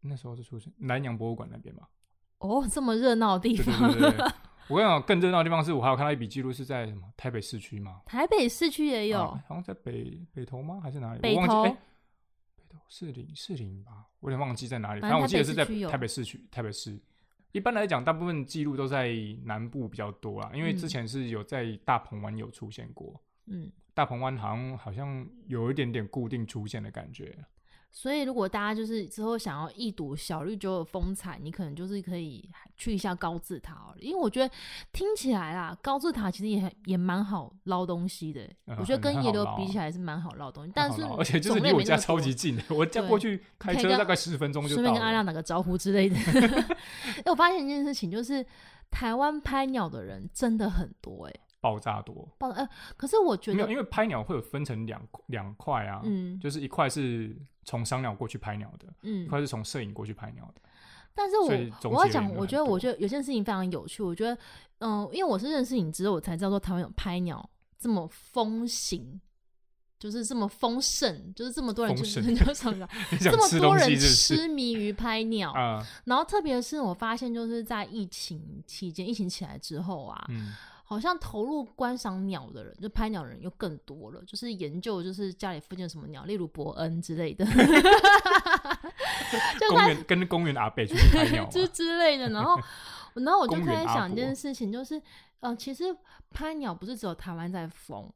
S2: 那时候是出现南洋博物馆那边吧？
S1: 哦，这么热闹的地
S2: 对对
S1: 方，
S2: 对对 对。我跟你讲，更热闹的地方是我还有看到一笔记录是在什么台北市区嘛？
S1: 台北市区也有，
S2: 啊好像在北北投吗？还是哪里？
S1: 哎北
S2: 我忘记
S1: 投
S2: 哎、北投士林士林吧，我有点忘记在哪里。
S1: 反正
S2: 反正我记得是在
S1: 台北市区有
S2: 台北市区，台北市。一般来讲，大部分记录都在南部比较多啦，因为
S1: 嗯
S2: 之前是有在大鹏湾有出现过，
S1: 嗯。
S2: 大鹏湾好像好像有一点点固定出现的感觉。
S1: 所以，如果大家就是之后想要一睹小绿洲的风采，你可能就是可以去一下高字塔哦，因为我觉得听起来啦，高字塔其实也很也蛮好捞东西的、
S2: 嗯
S1: 我觉得跟
S2: 很
S1: 野
S2: 好
S1: 流
S2: 捞
S1: 比起来是蛮好捞东西，但是
S2: 然后而且就是
S1: 种
S2: 离
S1: 类
S2: 我
S1: 没那
S2: 家
S1: 么
S2: 超级
S1: 多
S2: 近的，我家
S1: 对
S2: 过去开
S1: 可以
S2: 车
S1: 跟
S2: 大概十分钟就
S1: 顺便
S2: 到
S1: 跟阿
S2: 了。
S1: 亮打个招呼之类的。 哎、我发现一件事情，就是台湾拍鸟的人真的很多哎、
S2: 爆炸多，
S1: 报哎、可是我觉
S2: 没有，
S1: 得，
S2: 因为拍鸟会有分成两两块啊，
S1: 嗯
S2: 就是一块是从赏鸟过去拍鸟的，一
S1: 嗯，
S2: 块是从摄影过去拍鸟的。
S1: 但是我
S2: 所以总结
S1: 我要
S2: 而言
S1: 讲，
S2: 就
S1: 我
S2: 很
S1: 觉得，我
S2: 多
S1: 觉得有件事情非常有趣，我觉得，嗯、因为我是认识你之后，我才知道说台湾有拍鸟这么风行。就是这么丰盛，就是这么多人，就
S2: 丰
S1: 是
S2: 盛
S1: 就什么，
S2: 你想
S1: 这么
S2: 吃
S1: 多
S2: 东
S1: 人
S2: 西是不是？
S1: 痴迷于拍鸟，
S2: 啊、
S1: 然后特别是我发现，就是在疫情期间，疫情起来之后啊，
S2: 嗯，
S1: 好像投入观赏鸟的人，就拍鸟人又更多了，就是研究就是家里附近有什么鸟，例如伯恩之类的，就
S2: 公
S1: 开
S2: 园跟公园阿伯出去拍 鸟嘛，啊
S1: 之之类的。然 后，然后我就
S2: 公园
S1: 开始
S2: 阿
S1: 想一
S2: 伯
S1: 件事情，就是呃，其实拍鸟不是只有台湾在疯，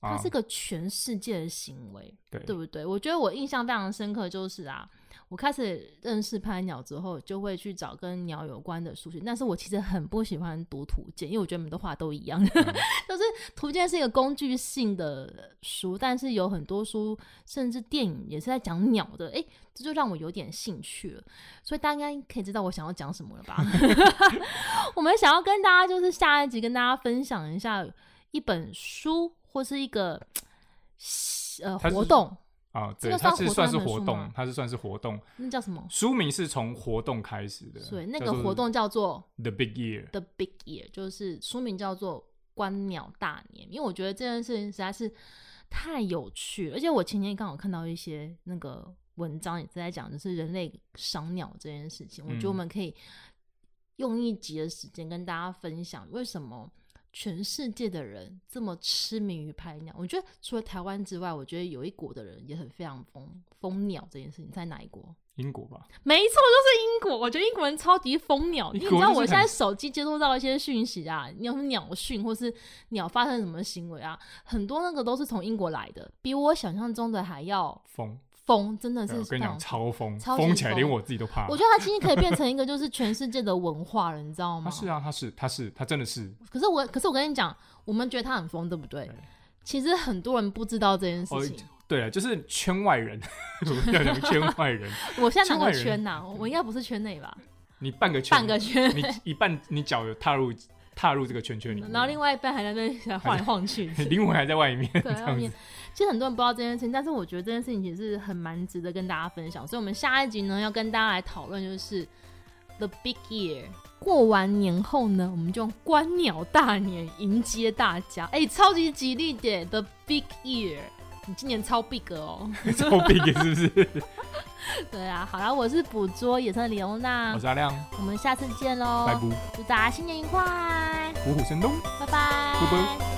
S1: 它
S2: 啊
S1: 是个全世界的行为，
S2: 对
S1: 对不对？我觉得我印象非常深刻，就是啊，我开始认识拍鸟之后，就会去找跟鸟有关的书籍。但是我其实很不喜欢读图鉴，因为我觉得你们的话都一
S2: 嗯
S1: 样， 就是图鉴是一个工具性的书，但是有很多书，甚至电影也是在讲鸟的，诶，这就让我有点兴趣了。所以大家应该可以知道我想要讲什么 了吧？ 我们想要跟大家就是下一集跟大家分享一下一本书或是一个。呃，
S2: 它是
S1: 活动
S2: 啊，
S1: 这
S2: 对，
S1: 个
S2: 它
S1: 算
S2: 是
S1: 活
S2: 算
S1: 动
S2: 是
S1: 那本
S2: 活
S1: 书
S2: 动
S1: 吗，
S2: 它是算是活动。
S1: 那叫什么？
S2: 书名是从活动开始的，
S1: 对，那
S2: 啊叫
S1: 个
S2: 做
S1: 活动叫做
S2: The Big Year，
S1: The Big Year，就是书名叫做《观鸟大年》，因为我觉得这件事情实在是太有趣了，而且我前天刚好看到一些那个文章也是在讲，就是人类赏鸟这件事情，我觉得我
S2: 嗯
S1: 们可以用一集的时间跟大家分享为什么。全世界的人这么痴迷于拍鸟，我觉得除了台湾之外，我觉得有一国的人也很非常疯疯鸟这件事情，在哪一国？
S2: 英国吧？
S1: 没错，就是英国。我觉得英国人超级疯鸟，
S2: 英
S1: 因为
S2: 国
S1: 你知道
S2: 就是
S1: 我
S2: 很
S1: 现在手机接收到一些讯息啊，要是鸟讯或是鸟发生什么行为啊，很多那个都是从英国来的，比我想象中的还要
S2: 疯，
S1: 疯，真的是
S2: 对我
S1: 非
S2: 跟你讲，啊
S1: 常。
S2: 超疯，
S1: 超
S2: 疯
S1: 级
S2: 起来连
S1: 疯
S2: 我自己都怕。
S1: 我觉得它今天可以变成一个就是全世界的文化了，你知道
S2: 他
S1: 吗？
S2: 是 啊，他是，他是，他真的是。
S1: 可是我，可是我跟你讲，我们觉得它很疯，对不对
S2: 对？
S1: 其实很多人不知道这件
S2: 哦
S1: 事情。
S2: 对了，就是圈外人， 我要讲圈外人。
S1: 我现在哪
S2: 圈外
S1: 个
S2: 人
S1: 圈呐、我应该不是圈内吧？
S2: 你半个圈，
S1: 半个圈，
S2: 你一半，你脚有踏入踏入这个圈圈里面，
S1: 然后另外一半还在那边晃来晃 去。
S2: 灵魂还在外面，
S1: 对，
S2: 这
S1: 后
S2: 样
S1: 面
S2: 子。
S1: 其实很多人不知道这件事情，但是我觉得这件事情其实是很蛮值得跟大家分享。所以，我们下一集呢要跟大家来讨论就是 The Big Year。过完年后呢，我们就用观鸟大年迎接大家，哎、超级吉利的 The Big Year。你今年超 big 哦，
S2: 超 big 是不是？
S1: 对啊，好啦，我是捕捉野生的李欧娜
S2: 我，是阿亮，
S1: 哦我们下次见喽
S2: 拜，拜，
S1: 祝大家新年愉快，
S2: 虎虎生东。
S1: 拜拜
S2: 拜